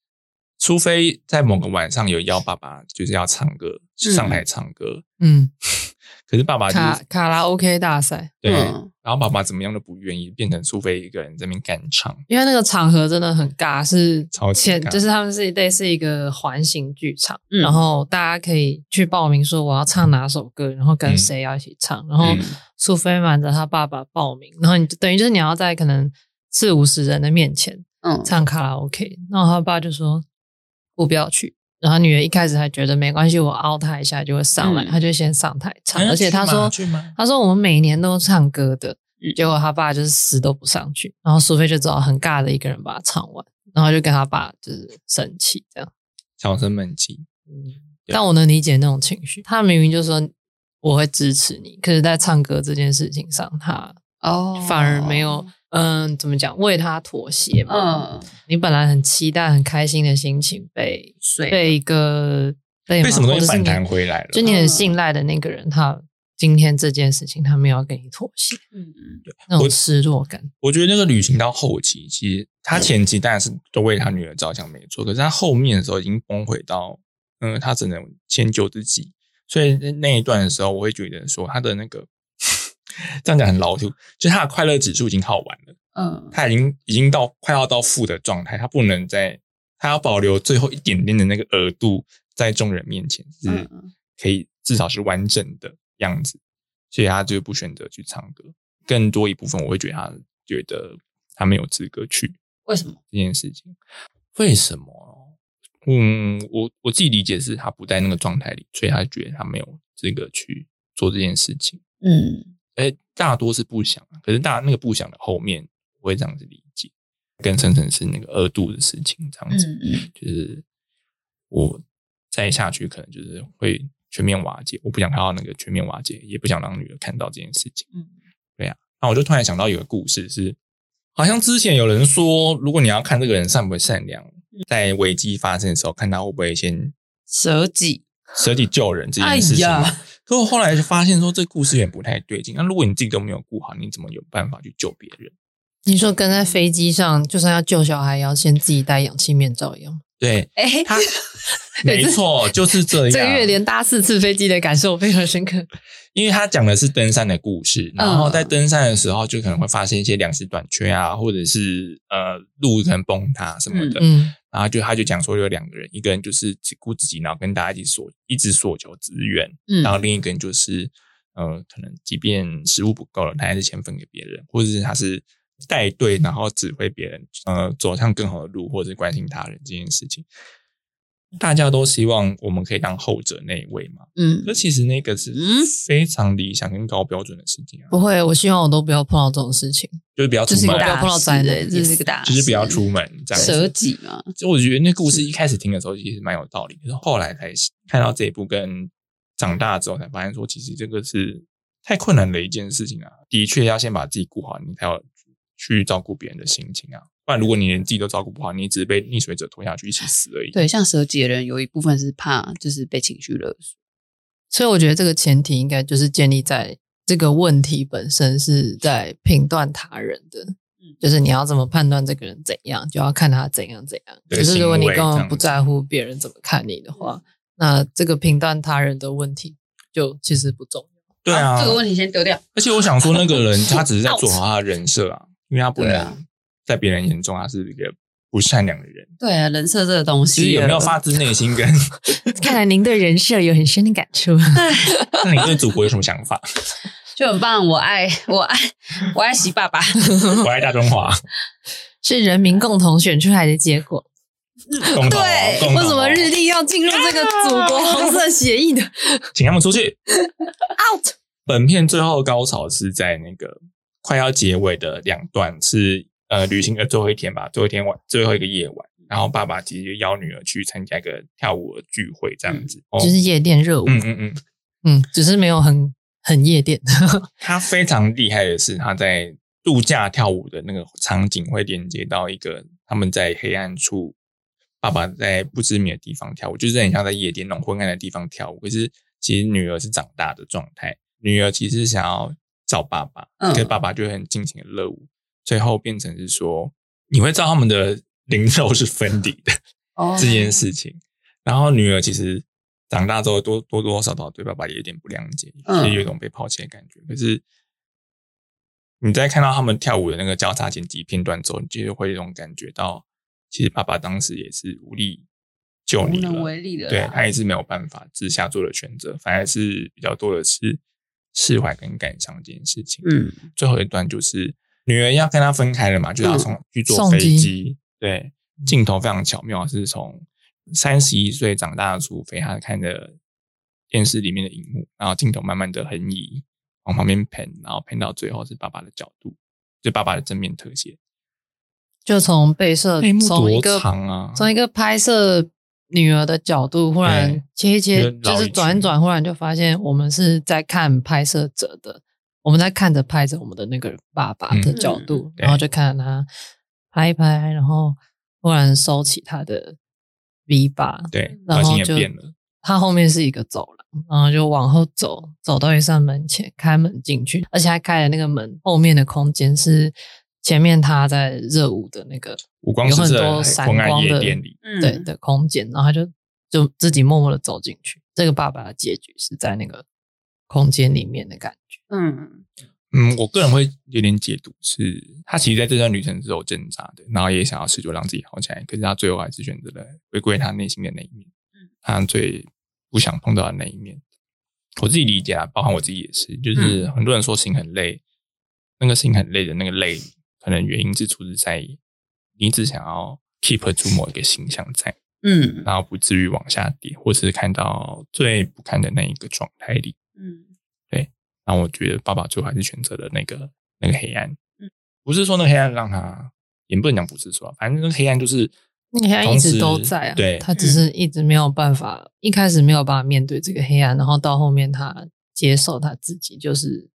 除非在某个晚上有邀爸爸，就是要唱歌，上台唱歌。
嗯，
可是爸啊爸就
卡
是
卡拉 OK 大赛，
对，
嗯
然后爸爸怎么样都不愿意，变成苏菲一个人在那边干唱。
因为那个场合真的很尬，是
超级
前
尬
就是他们是类似一个环形剧场，
嗯
然后大家可以去报名说我要唱哪首歌，然后跟谁要一起唱，然后
嗯
苏菲瞒着她爸爸报名，然后你就等于就是你要在可能四五十人的面前
嗯，
唱卡拉 OK，然后他爸就说我不要去。然后女儿一开始还觉得没关系，我凹她一下就会上来，
嗯
她就先上台唱。
哎
而且她
去吗
说，
去吗？
他说我们每年都唱歌的
嗯，
结果他爸就是死都不上去，然后苏菲就只好很尬的一个人把它唱完，然后就跟他爸就是生气这样。
小声闷气，对
但我能理解那种情绪，他明明就说我会支持你，可是在唱歌这件事情上，他
哦
反而没有，嗯，怎么讲为他妥协嘛？
嗯
你本来很期待、很开心的心情被
水
被一个被
被什么东西反弹
或者
回来了？
是你就你很信赖的那个人，他今天这件事情他没有要跟你妥协。
嗯嗯
那
我
种失落感。
我觉得那个旅行到后期，其实他前期当然是都为他女儿着想没错，可是他后面的时候已经崩溃到，嗯，他只能迁就自己。所以那那一段的时候，我会觉得说他的那个 <laughs> 这样讲很老土，就他的快乐指数已经耗完了，
嗯
他已经已经到快要到负的状态，他不能再，他要保留最后一点点的那个额度，在众人面前是
嗯
可以至少是完整的样子，所以他就不选择去唱歌。更多一部分，我会觉得他觉得他没有资格去
为什么？
这件事情。为什么？嗯，我我自己理解是他不在那个状态里，所以他觉得他没有资格去做这件事情。
嗯
哎，大多是不想，啊可是大那个不想的后面，我会这样子理解，跟深层是那个额度的事情这样子。
嗯
就是我再下去，可能就是会全面瓦解。我不想看到那个全面瓦解，也不想让女儿看到这件事情。啊
嗯
那我就突然想到有个故事是，好像之前有人说，如果你要看这个人善不善良，
嗯
在危机发生的时候，看他会不会先
舍己，
舍己救人这件事情嘛。
哎
<laughs> 可我后来就发现说，这故事也不太对劲。那如果你自己都没有顾好，你怎么有办法去救别人？
你说跟在飞机上，就算要救小孩，也要先自己戴氧气面罩一 <laughs> 样。
对
哎，
他，
<laughs>
没错，就是这样。
这个月连搭四次飞机的感受非常深刻。
因为他讲的是登山的故事，然后在
嗯
登山的时候就可能会发现一些粮食短缺啊，或者是呃路可能崩塌什么的。
嗯
然后就他就讲说有两个人，一个人就是只顾自己，然后跟大家一起索一直索求资源，
嗯
然后另一个人就是呃可能即便食物不够了，他还是先分给别人，或者是他是带队，然后指挥别人呃走向更好的路，或者是关心他人这件事情。大家都希望我们可以当后者那一位嘛，
嗯
可其实那个是
嗯
非常理想跟高标准的事情啊，
不会，我希望我都不要碰到这种事情。
就是不要出
这是一个
门，
大
碰到灾难
这是一个大，
就是不要出门这样
舍
子。
己嘛，
就我觉得那故事一开始听的时候其实蛮有道理，可是后来才看到这一部，跟长大之后才发现说，其实这个是太困难的一件事情啊。的确要先把自己顾好，你才有去照顾别人的心情啊。不然如果你连自己都照顾不好，你只是被溺水者拖下去一起死而已。
对，像舍己的人有一部分是怕就是被情绪勒索，
所以我觉得这个前提应该就是建立在这个问题本身是在评断他人的，就是你要怎么判断这个人怎样，就要看他怎样怎样。嗯
对
可是如果你
行为
根
这
本
样
不
子
在乎别人怎么看你的话，那这个评断他人的问题就其实不重要。
对啊，
这个问题先丢掉。
而且我想说，那个人他只是在做好他的人
<laughs>
设啊，因为他不
对啊
能在别人眼中他是一个不善良的人。
对啊，人设这个东
其实
西
有没有发？自内
<laughs>
心跟？
<laughs> 看来您对人设有很深的感触。
那你对祖国有什么想法？ <laughs>
就很棒，我爱我爱我爱习爸爸，
我爱大中
<laughs>
华，
<laughs> 是人民共同选出来的结果。
共同
对
共同哦
为什么日历要进入这个祖国红色协议的
请他们出去？
out？
本片最后的高潮是在那个快要结尾的两段，是呃旅行的最后一天吧，最后一天晚，最后一个夜晚。然后爸爸其实就邀女儿去参加一个跳舞的聚会，这样子。哦
嗯就是夜店热舞，
嗯
嗯
嗯嗯，
只是没有很很夜 <laughs> 店。
他非常厉害的是，他在度假跳舞的那个场景会连接到一个他们在黑暗处，爸爸在不知名的地方跳舞，就是很像在夜店那种昏暗的地方跳舞。可是其实女儿是长大的状态，女儿其实想要照爸爸，
嗯
可是爸爸就会很尽情的乐舞，最后变成是说你会知道他们的灵肉是分离的
哦
这件事情。然后女儿其实长大之后多多多少少对爸爸也有点不谅解，
嗯
也有一种被抛弃的感觉。可是你在看到他们跳舞的那个交叉剪辑片段之后，你就会有一种感觉到，其实爸爸当时也是无力救
无
你
能
了。
为力了啦，
对他也是没有办法之下做的选择，反而是比较多的是释怀跟感伤这件事情。，
嗯，
最后一段就是女儿要跟他分开了嘛，就要从去
嗯
坐
送
飞
机嗯
机。对，镜头非常巧妙，是从三十一岁长大的苏菲，她看着电视里面的荧幕，然后镜头慢慢的横移往旁边偏，然后偏到最后是爸爸的角度，就爸爸的正面特写。
就从被摄
内幕
呃从一
多
个
长啊！
从一个拍摄女儿的角度，忽然
对
切一切，
就是
就
哎绕一
是转一转，忽然就发现我们是在看拍摄者的，我们在看着拍着我们的那个爸爸的角度，
对
然后就看他拍一拍，然后忽然收起他的 V 把，
对，
然
表情
后
也
就
变了。
他后面是一个走廊，然后就往后走，走到一扇门前，开门进去，而且还开了那个门后面的空间是前面他在热舞的那个
五光
有
十
很
色
多
的
闪
昏暗
光
夜
的
店里，
嗯
对的空间，然后他就就自己默默的走进去。这个爸爸的结局是在那个空间里面的感觉，
嗯，
嗯，我个人会有点解读是，他其实在这段旅程是有挣扎的，然后也想要试图让自己好起来，可是他最后还是选择了回归他内心的那一面，他最不想碰到的那一面。我自己理解啊，包含我自己也是，就是很多人说心很累，那个心很累的那个累，可能原因之处是在于你只想要 keep 住某一个形象在，
嗯
然后不至于往下跌，或是看到最不堪的那一个状态里。
嗯
然后我觉得爸爸最后还是选择了那个那个黑暗
嗯，
不是说那个黑暗让他，也不能讲不是说啊，反正那个黑暗就是
那个黑暗一
同时
直都在啊，
对，
他只是一直没有办法，一开始没有办法面对这个黑暗，然后到后面他接受他自己，就是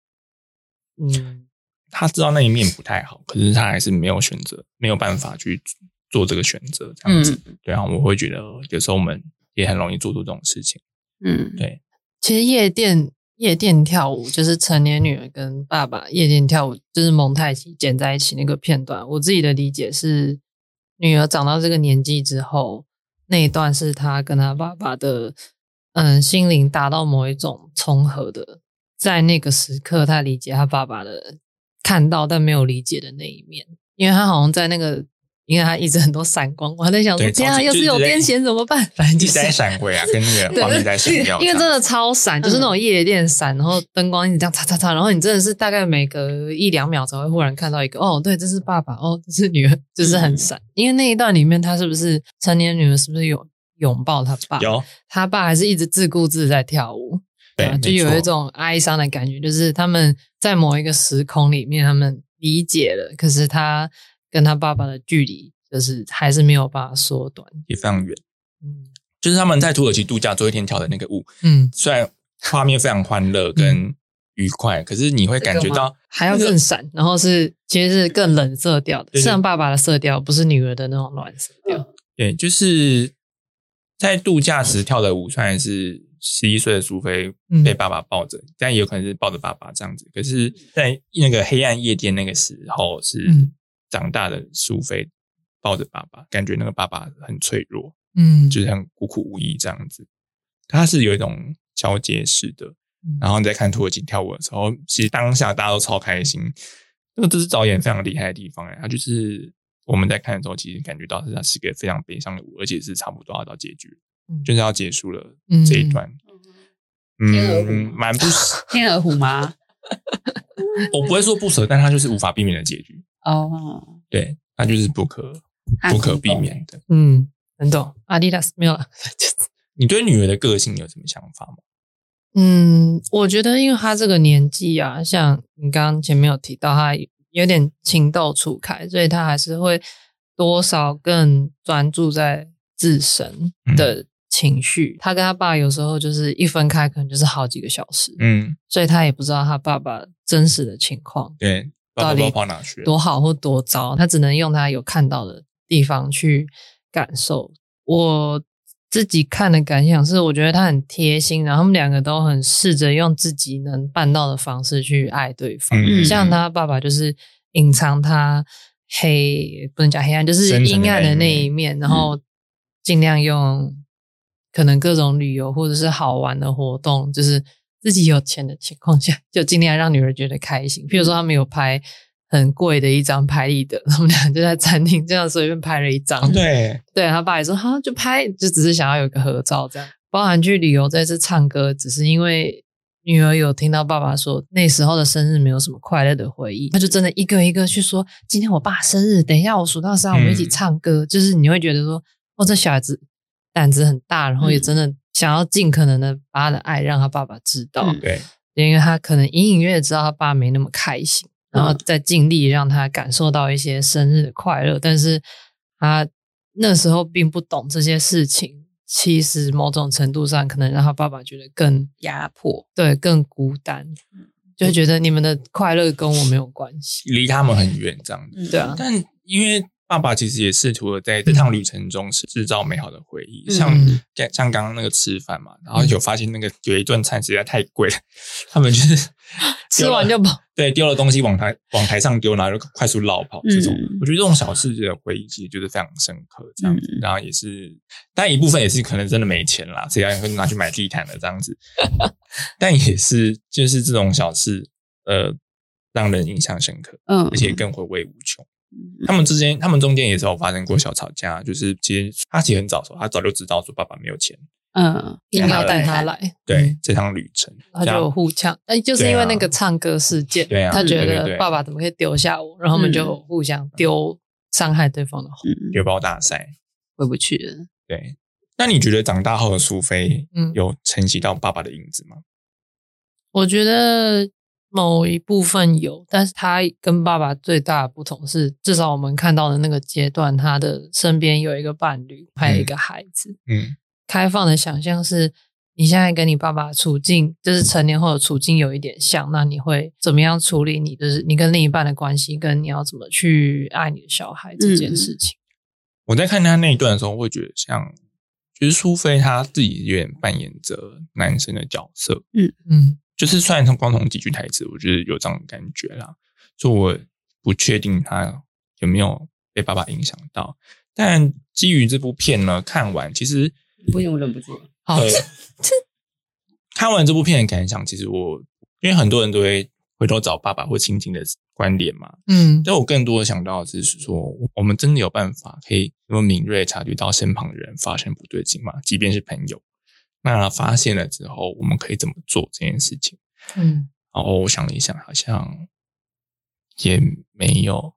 嗯，
他知道那一面不太好，可是他还是没有选择，没有办法去做这个选择，这样子。
嗯
对啊，我会觉得有时候我们也很容易做出这种事情。
嗯，
对
其实夜店。夜店跳舞就是成年女儿跟爸爸夜店跳舞，就是蒙太奇剪在一起那个片段。我自己的理解是，女儿长到这个年纪之后，那一段是她跟她爸爸的，嗯，心灵达到某一种重合的，在那个时刻，她理解她爸爸的看到但没有理解的那一面，因为她好像在那个，因为她一直很多闪光，我还在想说，
对
天啊，
超级
要是
就是
有
在
癫痫怎么办？反正
一
就是
直在闪回啊，跟那个画面在闪耀这样，
因为真的超闪，就是那种夜店闪，然后灯光一直这样擦擦擦，然后你真的是大概每隔一两秒才会忽然看到一个，哦，对，这是爸爸，哦，这是女儿，就是很闪。因为那一段里面，她是不是成年女儿，是不是有拥抱她爸？，
有
她爸还是一直自顾自在跳舞，
对
啊，就
没错
有一种哀伤的感觉，就是他们在某一个时空里面，他们理解了，可是他跟他爸爸的距离，就是还是没有办法缩短。
也非常远。
嗯
就是他们在土耳其度假最后一天跳的那个舞，
嗯，
虽然画面非常欢乐跟愉快，可是你会感觉
这个
到
还要更闪，然后是其实是更冷色调的，
对对
像爸爸的色调，不是女儿的那种暖色调。
对，就是在度假时跳的舞，虽然是十一岁的苏菲
嗯
被爸爸抱着，但也有可能是抱着爸爸这样子。可是，在那个黑暗夜店那个时候，是
嗯
长大的苏菲抱着爸爸，感觉那个爸爸很脆弱，
嗯
就是很孤苦无依这样子。它是有一种交接式的，然
后
后你在看土耳其跳舞的时候，其实当下大家都超开心。那个这是导演非常厉害的地方、欸，他就是我们在看的时候，其实感觉到是它是一个非常悲伤的舞，而且是差不多要到结局，
嗯
就是要结束了这一段。
天鹅
嗯
湖，
蛮不舍，
天鹅湖吗？
我不会说不舍，但它就是无法避免的结局。
哦，
对，它就是不可不可避免的。
嗯，很懂。阿迪达斯没有了。就是
你对女儿的个性有什么想法吗？
嗯，我觉得因为他这个年纪啊，像你刚刚前面有提到，他有点情窦初开，所以他还是会多少更专注在自身
嗯
的情绪。他跟他爸有时候就是一分开，可能就是好几个小时，
嗯，
所以他也不知道他爸爸真实的情况。
对，爸爸
到
不
底
知道跑哪去了
多好或多糟，他只能用他有看到的地方去感受。我自己看的感想是，我觉得他很贴心，然后他们两个都很试着用自己能办到的方式去爱对方。
嗯
像他爸爸就是隐藏他黑，不能讲黑暗，就是
深层的
阴暗的那
那
一
一
面，然后尽量用可能各种旅游或者是好玩的活动，就是自己有钱的情况下，就尽量让女儿觉得开心。
嗯
譬如说，他们有拍很贵的一张拍立得，他们俩就在餐厅这样随便拍了一张，
哦对，
对他爸也说，哈，就拍，就只是想要有个合照这样。包含去旅游这次唱歌，只是因为女儿有听到爸爸说那时候的生日没有什么快乐的回忆，他就真的一个一个去说，今天我爸生日，等一下我数到三，我们一起
嗯
唱歌。就是你会觉得说，哦，这小孩子胆子很大，然后也
嗯
真的想要尽可能的把他的爱让他爸爸知道，
嗯
对，
因为他可能隐隐约约知道他爸没那么开心，然
嗯
后再尽力让他感受到一些生日的快乐，但是他那时候并不懂这些事情，其实某种程度上可能让他爸爸觉得更
压迫，
对更孤单，
嗯
就会觉得你们的快乐跟我没有关系。
离他们很远这样子。
嗯
对啊，
但因为爸爸其实也试图了在这趟旅程中制造美好的回忆，
嗯
像
嗯
像刚刚那个吃饭嘛，然后有发现那个有一顿餐实在太贵了，他们就是
吃完
丢
就
了
饱，
对丢了东西往台往台上丢，然后就快速绕跑这种。
嗯
我觉得这种小细节的回忆其实就是非常深刻这样子，
嗯
然后也是，但一部分也是可能真的没钱啦，谁要拿去买地毯了这样
<laughs>
子，但也是就是这种小事，呃，让人印象深刻，
嗯，
而且更回味无穷。
嗯
他们之间，他们中间也是有发生过小吵架，就是其实他其实很早熟，他早就知道说爸爸没有钱，
嗯，
硬要带他，来，
哎对、
嗯
这趟旅程，
他就有互呛，哎，就是因为那个唱歌事件，
对啊
他觉
对对嗯
得
对
爸爸怎么可以丢下我，然后他们就互相丢伤害对方的话。
嗯，
有包大赛，
回不去了。
对。那你觉得长大后的苏菲，
嗯
有承袭到爸爸的影子吗？
我觉得某一部分有，但是他跟爸爸最大的不同是，至少我们看到的那个阶段，他的身边有一个伴侣，还有一个孩子。
嗯
开放的想象是，你现在跟你爸爸处境，就是成年后的处境有一点像，那你会怎么样处理你就是你跟另一半的关系，跟你要怎么去爱你的小孩这件事情？
我在看他那一段的时候，会觉得像，就是苏菲她自己有点扮演着男生的角色，
嗯
就是虽然从光从几句台词，我觉得有这种感觉啦，所以我不确定他有没有被爸爸影响到。但基于这部片呢，看完其实
不行，我忍不住了。
好，
呃，看完这部片的感想，其实我因为很多人都会回头找爸爸或亲情的关联嘛，
嗯
但我更多的想到的是说，我们真的有办法可以那么敏锐地察觉到身旁的人发生不对劲嘛？即便是朋友，那发现了之后，我们可以怎么做这件事情？
嗯
然后我想了一想，好像也没有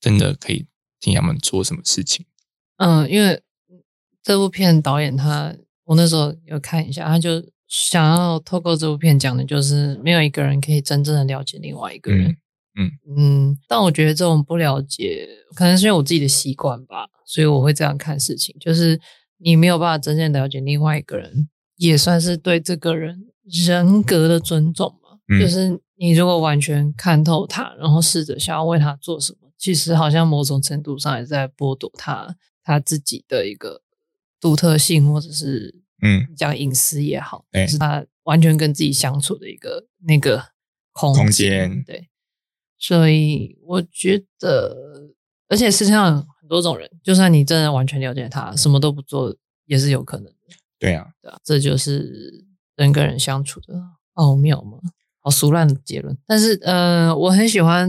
真的可以替他们做什么事情。
嗯，因为这部片导演他，我那时候有看一下，他就想要透过这部片讲的就是没有一个人可以真正的了解另外一个人。
嗯
嗯但我觉得这种不了解，可能是因为我自己的习惯吧，所以我会这样看事情，就是你没有办法真正了解另外一个人，也算是对这个人人格的尊重嘛。
嗯
就是你如果完全看透他，然后试着想要为他做什么，其实好像某种程度上也在剥夺他他自己的一个独特性，或者是
嗯，哎
讲隐私也好，
对
是他完全跟自己相处的一个那个空
空
间
间
对，所以我觉得，而且世界上有很多种人，就算你真的完全了解他，什么都不做也是有可能的，
对啊，
对啊这就是人跟人相处的奥妙嘛，好俗烂的结论。但是，呃，我很喜欢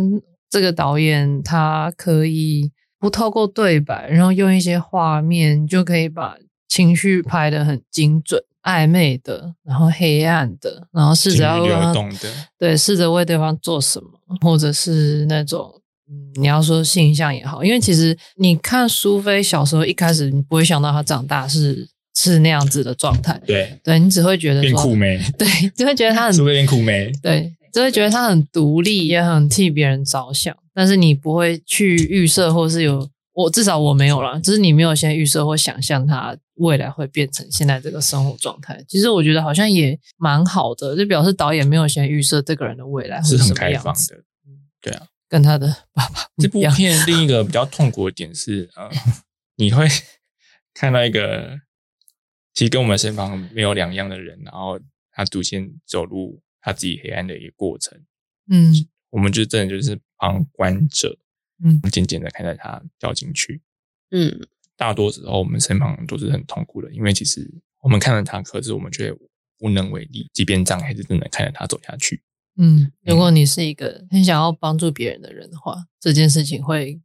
这个导演，他可以不透过对白，然后用一些画面就可以把情绪拍得很精准，暧昧的，然后黑暗的，然后试
情绪
着要让
流
他
动的，
对，试着为对方做什么，或者是那种。嗯，你要说性向也好，因为其实你看苏菲小时候一开始，你不会想到她长大是是那样子的状态，
对，
对你只会觉得
变酷
说，
妹，
对，只会觉得她很
是不是变酷妹？
对，只会觉得她很独立，也很替别人着想，但是你不会去预设或是有我至少我没有啦，就是你没有先预设或想象她未来会变成现在这个生活状态。其实我觉得好像也蛮好的，就表示导演没有先预设这个人的未来会
是很
什么
开
样
放
子，
的。
跟他的爸
<laughs>
爸
这
不
部
一样。
片另
<laughs>
一个比较痛苦的点是，呃，你会看到一个其实跟我们身旁没有两样的人，然后他逐渐走入他自己黑暗的一个过程。
嗯
我们就真的就是旁观者，
嗯
渐渐的看着他掉进去。
嗯
大多时候我们身旁都是很痛苦的，因为其实我们看着他，可是我们却无能为力，即便这样，还是真的看着他走下去。
嗯，如果你是一个很想要帮助别人的人的话，这件事情会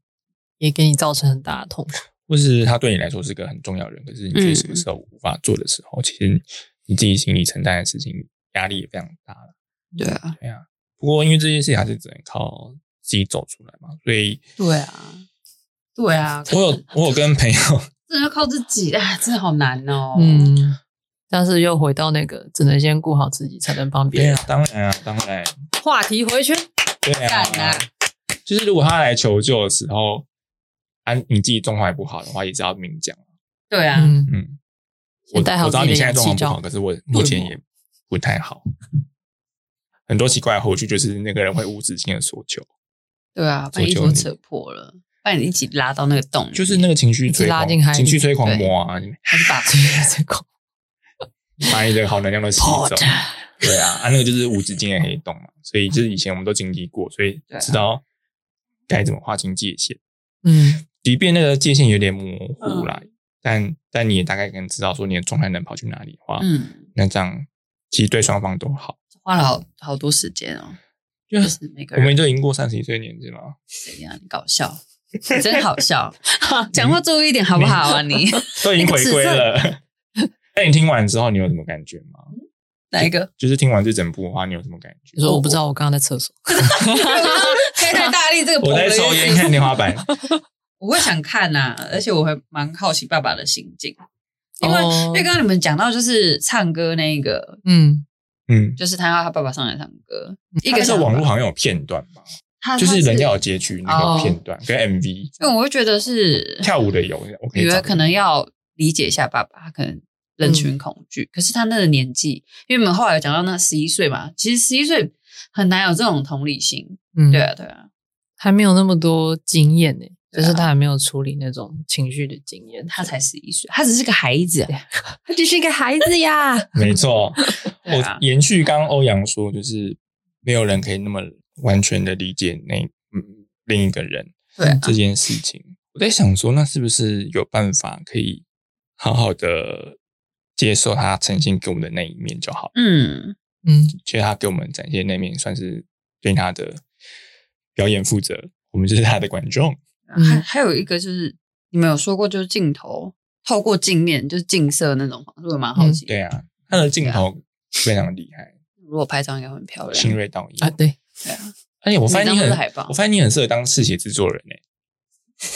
也给你造成很大的痛苦。
或是他对你来说是个很重要的人，可是你却
嗯
什么时候无法做的时候，其实你自己心里承担的事情压力也非常大了。
对啊，
对啊，不过因为这件事情还是只能靠自己走出来嘛，
<laughs>
所以
对啊，对啊，
<laughs> 我有我有跟朋友，
真的要靠自己啊，真的好难哦。
嗯，但是又回到那个只能先顾好自己，才能帮别
对
人。
啊，当然啊，当然，
话题回圈，
对啊，
干啊
就是如果他来求救的时候，啊，你自己状况也不好的话，也是要明讲。
对啊，
嗯，
嗯，我
先戴好
我知
自
道
己
你
的
现在
氧
状况
气
不好，
罩
可。是我目前也不太好。 <laughs> 很多奇怪的后续就是那个人会无止境的索求，
对啊，把衣
求
服
你
扯破了，把你一起拉到那个洞里面，
就是那个情绪
一直
吹
拉
狂
进海，
情绪
里
吹狂魔啊，
还是把
这个
把你的好能量都吸走
Pot。
对啊，啊，那个就是无止境的黑洞嘛。所以就是以前我们都经历过，所以
对啊
知道该怎么划清界限。
嗯
即便那个界限有点模糊啦，但但你也大概能知道说你的状态能跑去哪里的话，
嗯，
那这样其实对双方都好。
花了好好多时间哦，
就
就是每个
我们
人
都已经过三十一岁的年纪了，
怎样搞笑，真好笑，讲话注意一点好不好啊？你 <laughs>
都
哎
已经回归了。 <laughs> 那你听完之后，你有什么感觉吗？
哪一个？ <laughs>
就是听完这整部的话，你有什么感觉
<laughs> 你？说我不知道，我刚刚在厕所。
开太大力，这个
我在
捧的
抽
有
烟
点
看天花板，
我会想看呐、而且我还蛮好奇爸爸的心境，因为、
哦
因为刚刚你们讲到就是唱歌那一个，
嗯
嗯，
就是他要他爸爸上来唱歌，一
但
个啊
是网络好像有片段吧，
他哦
就是人家有截取那个片段跟
<laughs>
MV
因为我会觉得是
跳舞的有，我可以
女
找
儿可能要理解一下爸爸，他可能人群恐惧，可是他那个年纪，因为我们后来有讲到那十一岁嘛，其实十一岁很难有这种同理心，
嗯，
对啊对啊，
还没有那么多经验呢、
对
就
啊
是他还没有处理那种情绪的经验。
他才十一岁，他只是个孩子啊，
他只是一个孩子
<laughs>
呀。
没错。
<laughs> 对啊
我延续刚刚欧阳说，就是没有人可以那么完全的理解那嗯另一个人
对啊
这件事情。我在想说，那是不是有办法可以好好的接受他呈现给我们的那一面就好了？
嗯，
嗯
其实他给我们展现的那面，算是对他的表演负责，我们就是他的观众。
嗯
还还有一个就是你们有说过，就是镜头透过镜面就是近色那种方式，我蛮好奇。
对，啊，他的镜头非常厉害，
如果拍照应该会很漂
新
亮。
锐导
啊，
演。
对，
对啊，
而且我发现
每张
你
都
很
是海报，
我发现你很适合当嗜血制作人欸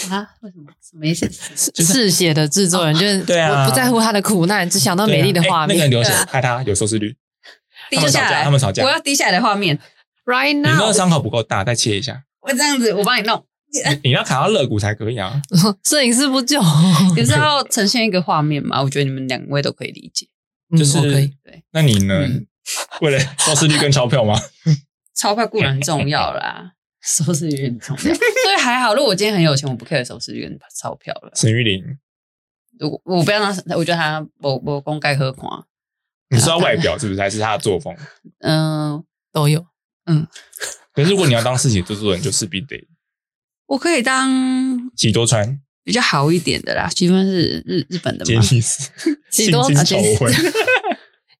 诶。
啊，为什么？什么意思？
嗜血的制作人就是，
对啊
我不在乎他的苦难，只想到美丽的
对啊
画
诶那个
面。
人
<laughs>
流血
对啊
害他有收视率，
低
们吵
下
架
来，
他们吵架
我要低下来的画面。
Right
你那
now，
个伤口不够大，再切一
<laughs>
下，
我这样子，我帮你
<laughs>
弄，
你要卡到肋骨才可以啊。
摄影师不
<laughs>
救，
你是要呈现一个画面嘛？我觉得你们两位都可以理解。
就
嗯我可以
是
对，
那你呢
嗯？
为了收视率跟钞票吗？ <laughs>
钞票固然重要啦， <laughs> 收视率很重
<laughs>
要，所以还好。如果我今天很有钱，我不 care 收视率跟钞票了。
沈玉玲，
如果我不要让，我觉得他我我公开喝狂，
你知道外表是不是还是他的作风？
嗯、
都有。
可是如果你要当嗜血制作人，就势必得
我可以当
喜多川。
比较好一点的啦，喜欢是日日本的
杰
嘛， <laughs>
尼斯，
<laughs> 喜
性
多
侵仇
啊
恨，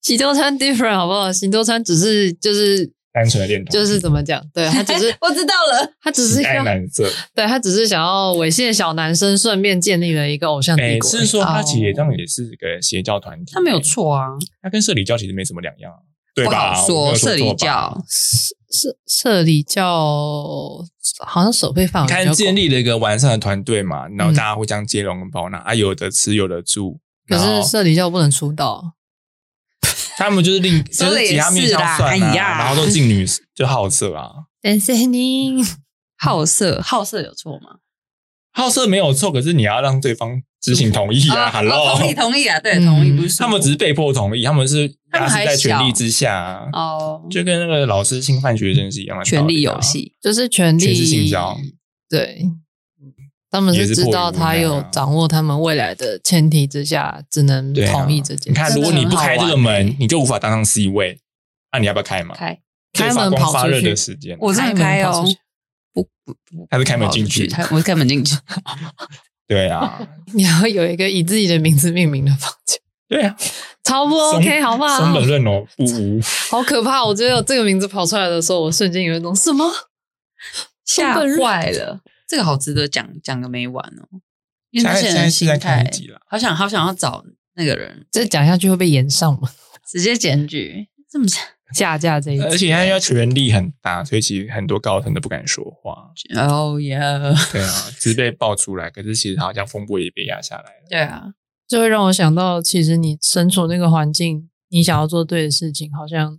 喜多川 different 好不好？喜多川只是就是
单纯的恋童，
就是怎么讲？对他只是
我知道了，
他只是
喜爱
要嗯
男色。
对他只是想要猥亵小男生，顺便建立了一个偶像帝
哎，
国。
是说他
哦
其实这样也是个邪教团体，
他没有，错啊，
他跟社里教其实没什么两样啊，对
不
吧？
好
我没
说
有
社
错
里
吧，嗯
教，
社社社里教好像手背范
你
围比较
看
广
建立了一个完善的团队嘛，然后
哦嗯
大家互相接龙跟包纳，啊，有的吃有的住，
可
然后
是社里教不能出道，
他们就是另就
<laughs> 说的
是
也
其他面向
是啦
算
哎
啊，
呀
然后都进女就好色啊，
但是
<laughs>
你
好色，好色有错吗？
好色没有错，可是你要让对方知情同意啊
啊，哦
，Hello，
同意同意啊，对，
嗯
同意不是
他们只是被迫同意，他们是
他们
压
还
制在权力
小
之下啊，
哦，
就跟那个老师侵犯学生是一样的道理啊
权力游，戏，
就是权力
全是性交，
对，他们
也
是
是
知
迫于
道
无
他
奈
有
啊
掌握他们未来的前提之下，只能
对啊
同意这件事。
你看，
真
如
的
果你不开这
很
个
<laughs>
好玩
门，你就无法当上 C 位，那你要不要开嘛？
开，
开
最发
门
光
跑
发
出
热
去
的时间，
我真的开
开门跑
哦
出去，
不不不，
还是开门进去
开我是开门进去，
对啊，
你要有一个以自己的名字命名的房间，
<laughs> 对啊，
超 <laughs> 不
松
OK 好不好？
松本润哦，
<laughs>
不无，
好可怕！我觉得这个名字跑出来的时候，我瞬间有一种什么
吓
本人
坏了。这个好值得讲讲个没完哦，因为那
现在
些
现
人的
在是
心
在
态
开一，集了，
好想好想要找那个人
这讲下去会被延上吗？
直接检举，这么惨
下 <laughs> 架这一
而
集，
且他要权力很大，所以其实很多高层都不敢说话。
哦耶，
对啊，只是被爆出来，可是其实好像风波也被压下来了。
<laughs> 对啊，
就会让我想到，其实你身处那个环境，你想要做对的事情，好像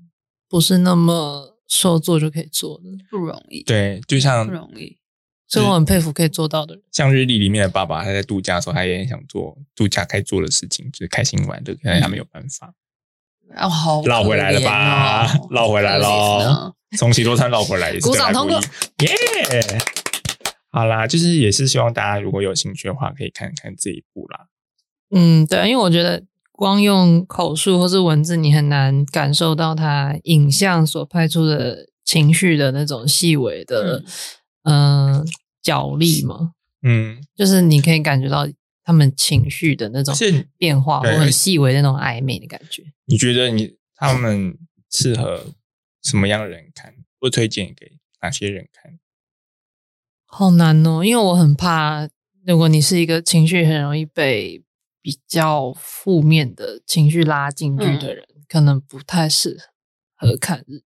不是那么说做就可以做的。
不容易，
对，就像
不容易。
所以我很佩服可以做到的人。
像日历里面的爸爸，他在度假的时候，他也很想做度假该做的事情，就是开心玩乐，但是他没有办法。
哦，好可怜哦，哦
绕回来了吧绕回来哦咯
<laughs>
从喜多川绕回来也是
鼓掌
得来不易
通
耶好啦，就是也是希望大家如果有兴趣的话，可以看看这一部啦。
嗯，对，因为我觉得光用口述或是文字，你很难感受到它影像所拍出的情绪的那种细微的，嗯、角力嘛，
嗯，
就是你可以感觉到他们情绪的那种
是
变化，或
对
很细微的那种暧昧的感觉。
你觉得你他们适合什么样的人看？会推荐给哪些人看？
好难哦，因为我很怕，如果你是一个情绪很容易被比较负面的情绪拉进去
嗯
的人，可能不太适合看日记。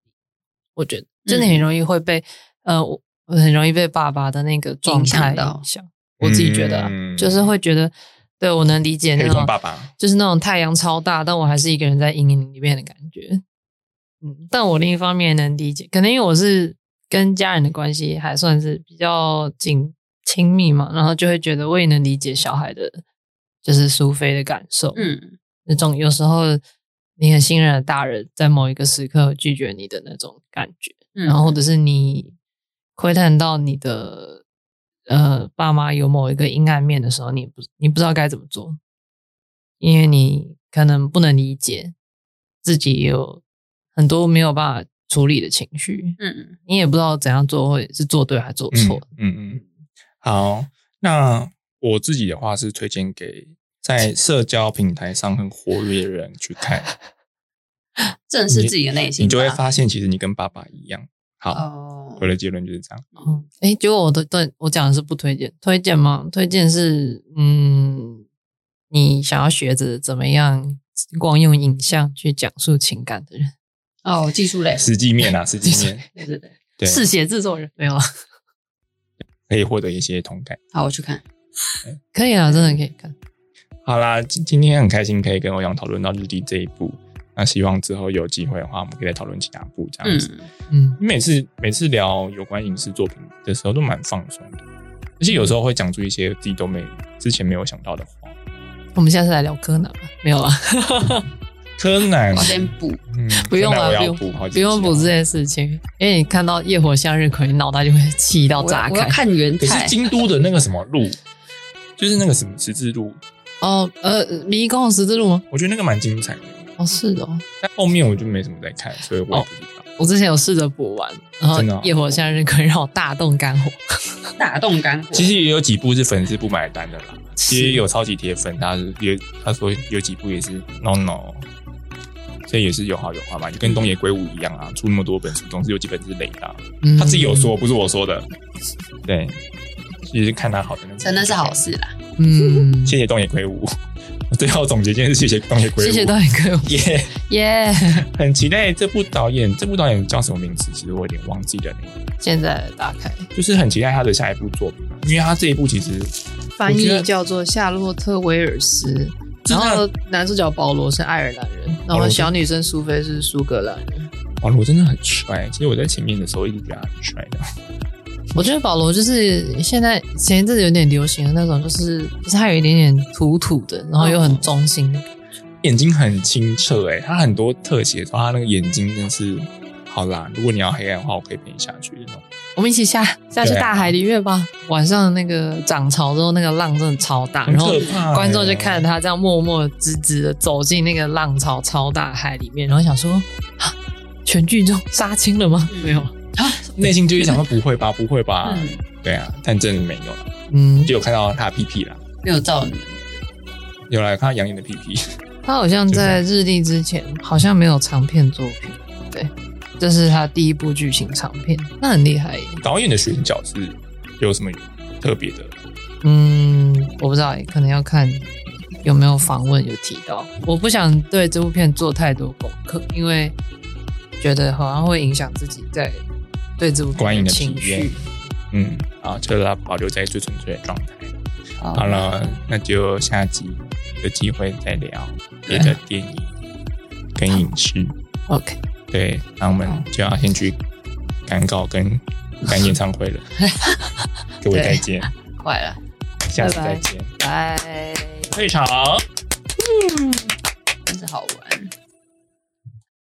我觉得真
嗯
的很容易会被、呃，我我很容易被爸爸的那个状态
影响到
影响。我自己觉得啊、
嗯
就是会觉得，对我能理解
黑
哎那
瞳
种
爸爸，
就是那种太阳超大，但我还是一个人在阴影里面的感觉。嗯，但我另一方面也能理解，可能因为我是跟家人的关系还算是比较紧亲密嘛，然后就会觉得我也能理解小孩的，就是苏菲的感受。，
嗯，
那种有时候你很信任的大人，在某一个时刻拒绝你的那种感觉，
嗯
然后或者是你窥探到你的呃爸妈有某一个阴暗面的时候，你不你不知道该怎么做，因为你可能不能理解自己有很多没有办法处理的情绪，
嗯，
你也不知道怎样做会是做对还是做错。
嗯嗯嗯，好，那我自己的话是推荐给在社交平台上很活跃的人去
<laughs>
看，
啊
正视自己的内心吧，
你就会发现其实你跟爸爸一样。好，
哦
我，的结论就是这样。
嗯，哎，结果我的对我讲的是不推荐，推荐吗？推荐是，嗯，你想要学着怎么样光用影像去讲述情感的人，
哦，技术类，
实
<laughs>
际面啊，实际面，
对对对，
对，
嗜血制作人没有啊？
可以获得一些同感。
好，我去看，
可以啊，真的可以看。
好啦，今今天很开心可以跟欧阳讨论到日历这一部。那希望之后有机会的话，我们可以再讨论其他部这样子。
嗯，
嗯，
每次每次聊有关影视作品的时候，都蛮放松的，而且有时候会讲出一些自己都没之前没有想到的话。
嗯我们下次来聊柯南吧，没有啊，
柯南
我，先补，
嗯，
不用
柯南
了，不
我要
用
补好几
不
集啊
用补这件事情，因为你看到夜火向日葵，你脑袋就会气到
我
炸
要我要
开。
看原
可
态
是，京都的那个什么路，就是那个什么十字路，
哦，呃，迷宫十字路吗？
我觉得那个蛮精彩的。
哦，是的哦，
但后面我就没什么在看，所以我也不知道。
我之前有试着补完，然后
真的哦
夜火向日葵让我大动肝火。
大动肝火，
其实也有几部是粉丝不买单的啦，其实有超级铁粉，他是也他说有几部也是 no no，所以也是有好有坏嘛，就跟东野圭吾一样啊，出那么多本书，总是有几本是雷的啊、
嗯
他自己有说，不是我说的。对，其实看他好的那
真的是好。事啦，
嗯，
谢谢东野圭吾。 <laughs> 最后总结，今天是谢谢东野圭
<laughs>
吾。
谢谢
<laughs>
导演哥，
耶
耶！
很期待这部导演，这部导演叫什么名字？其实我有点忘记了，
现在打开
就是很期待他的下一部作品，因为他这一部其实
翻
我觉
译
得
叫做夏洛特·威尔斯，
真
然
的
后男主角保罗是爱尔兰人，然后小女生苏菲是苏格兰人。
保罗真的很帅。其实我在前面的时候一直觉得他很帅的。
我觉得保罗就是现在前一阵子有点流行的那种，就是就是他有一点点土土的，然后又很中性的感觉。
眼睛很清澈、欸，他很多特写的时候，他那个眼睛真是好啦。如果你要黑暗的话，我可以陪你下去的那种。
我们一起下下去
对啊
大海里面吧。晚上那个涨潮之后，那个浪真的超大，
很
然后
可怕欸
观众就看着他这样默默直直的走进那个浪潮超大海里面，然后想说啊，全剧终杀青了吗？
嗯
没有，
内心就一想说不会吧，不会
<laughs>
吧，
嗯，
对啊，但真的没有了，
嗯，
就有看到他的屁屁啦，
没有照你们，
有来看到杨颖的屁屁， <laughs>
他好像在日历之前好像没有长片作品，对，这是他第一部剧情长片，那很厉害耶。
导演的选角是有什么特别的？
嗯，我不知道耶，可能要看有没有访问有提到。我不想对这部片做太多功课，因为觉得好像会影响自己在对这部
观
片
影的
情
体验
绪。
嗯，好，就让它保留在最纯粹的状态。
好
好了，那就下集有机会再聊别的电影跟影视。
OK，
对，那我们就要先去赶稿跟赶演唱会
<laughs>
了。各位再见，
快了。
下次
拜拜
再
哎
见。
拜。
退场。
真是好玩。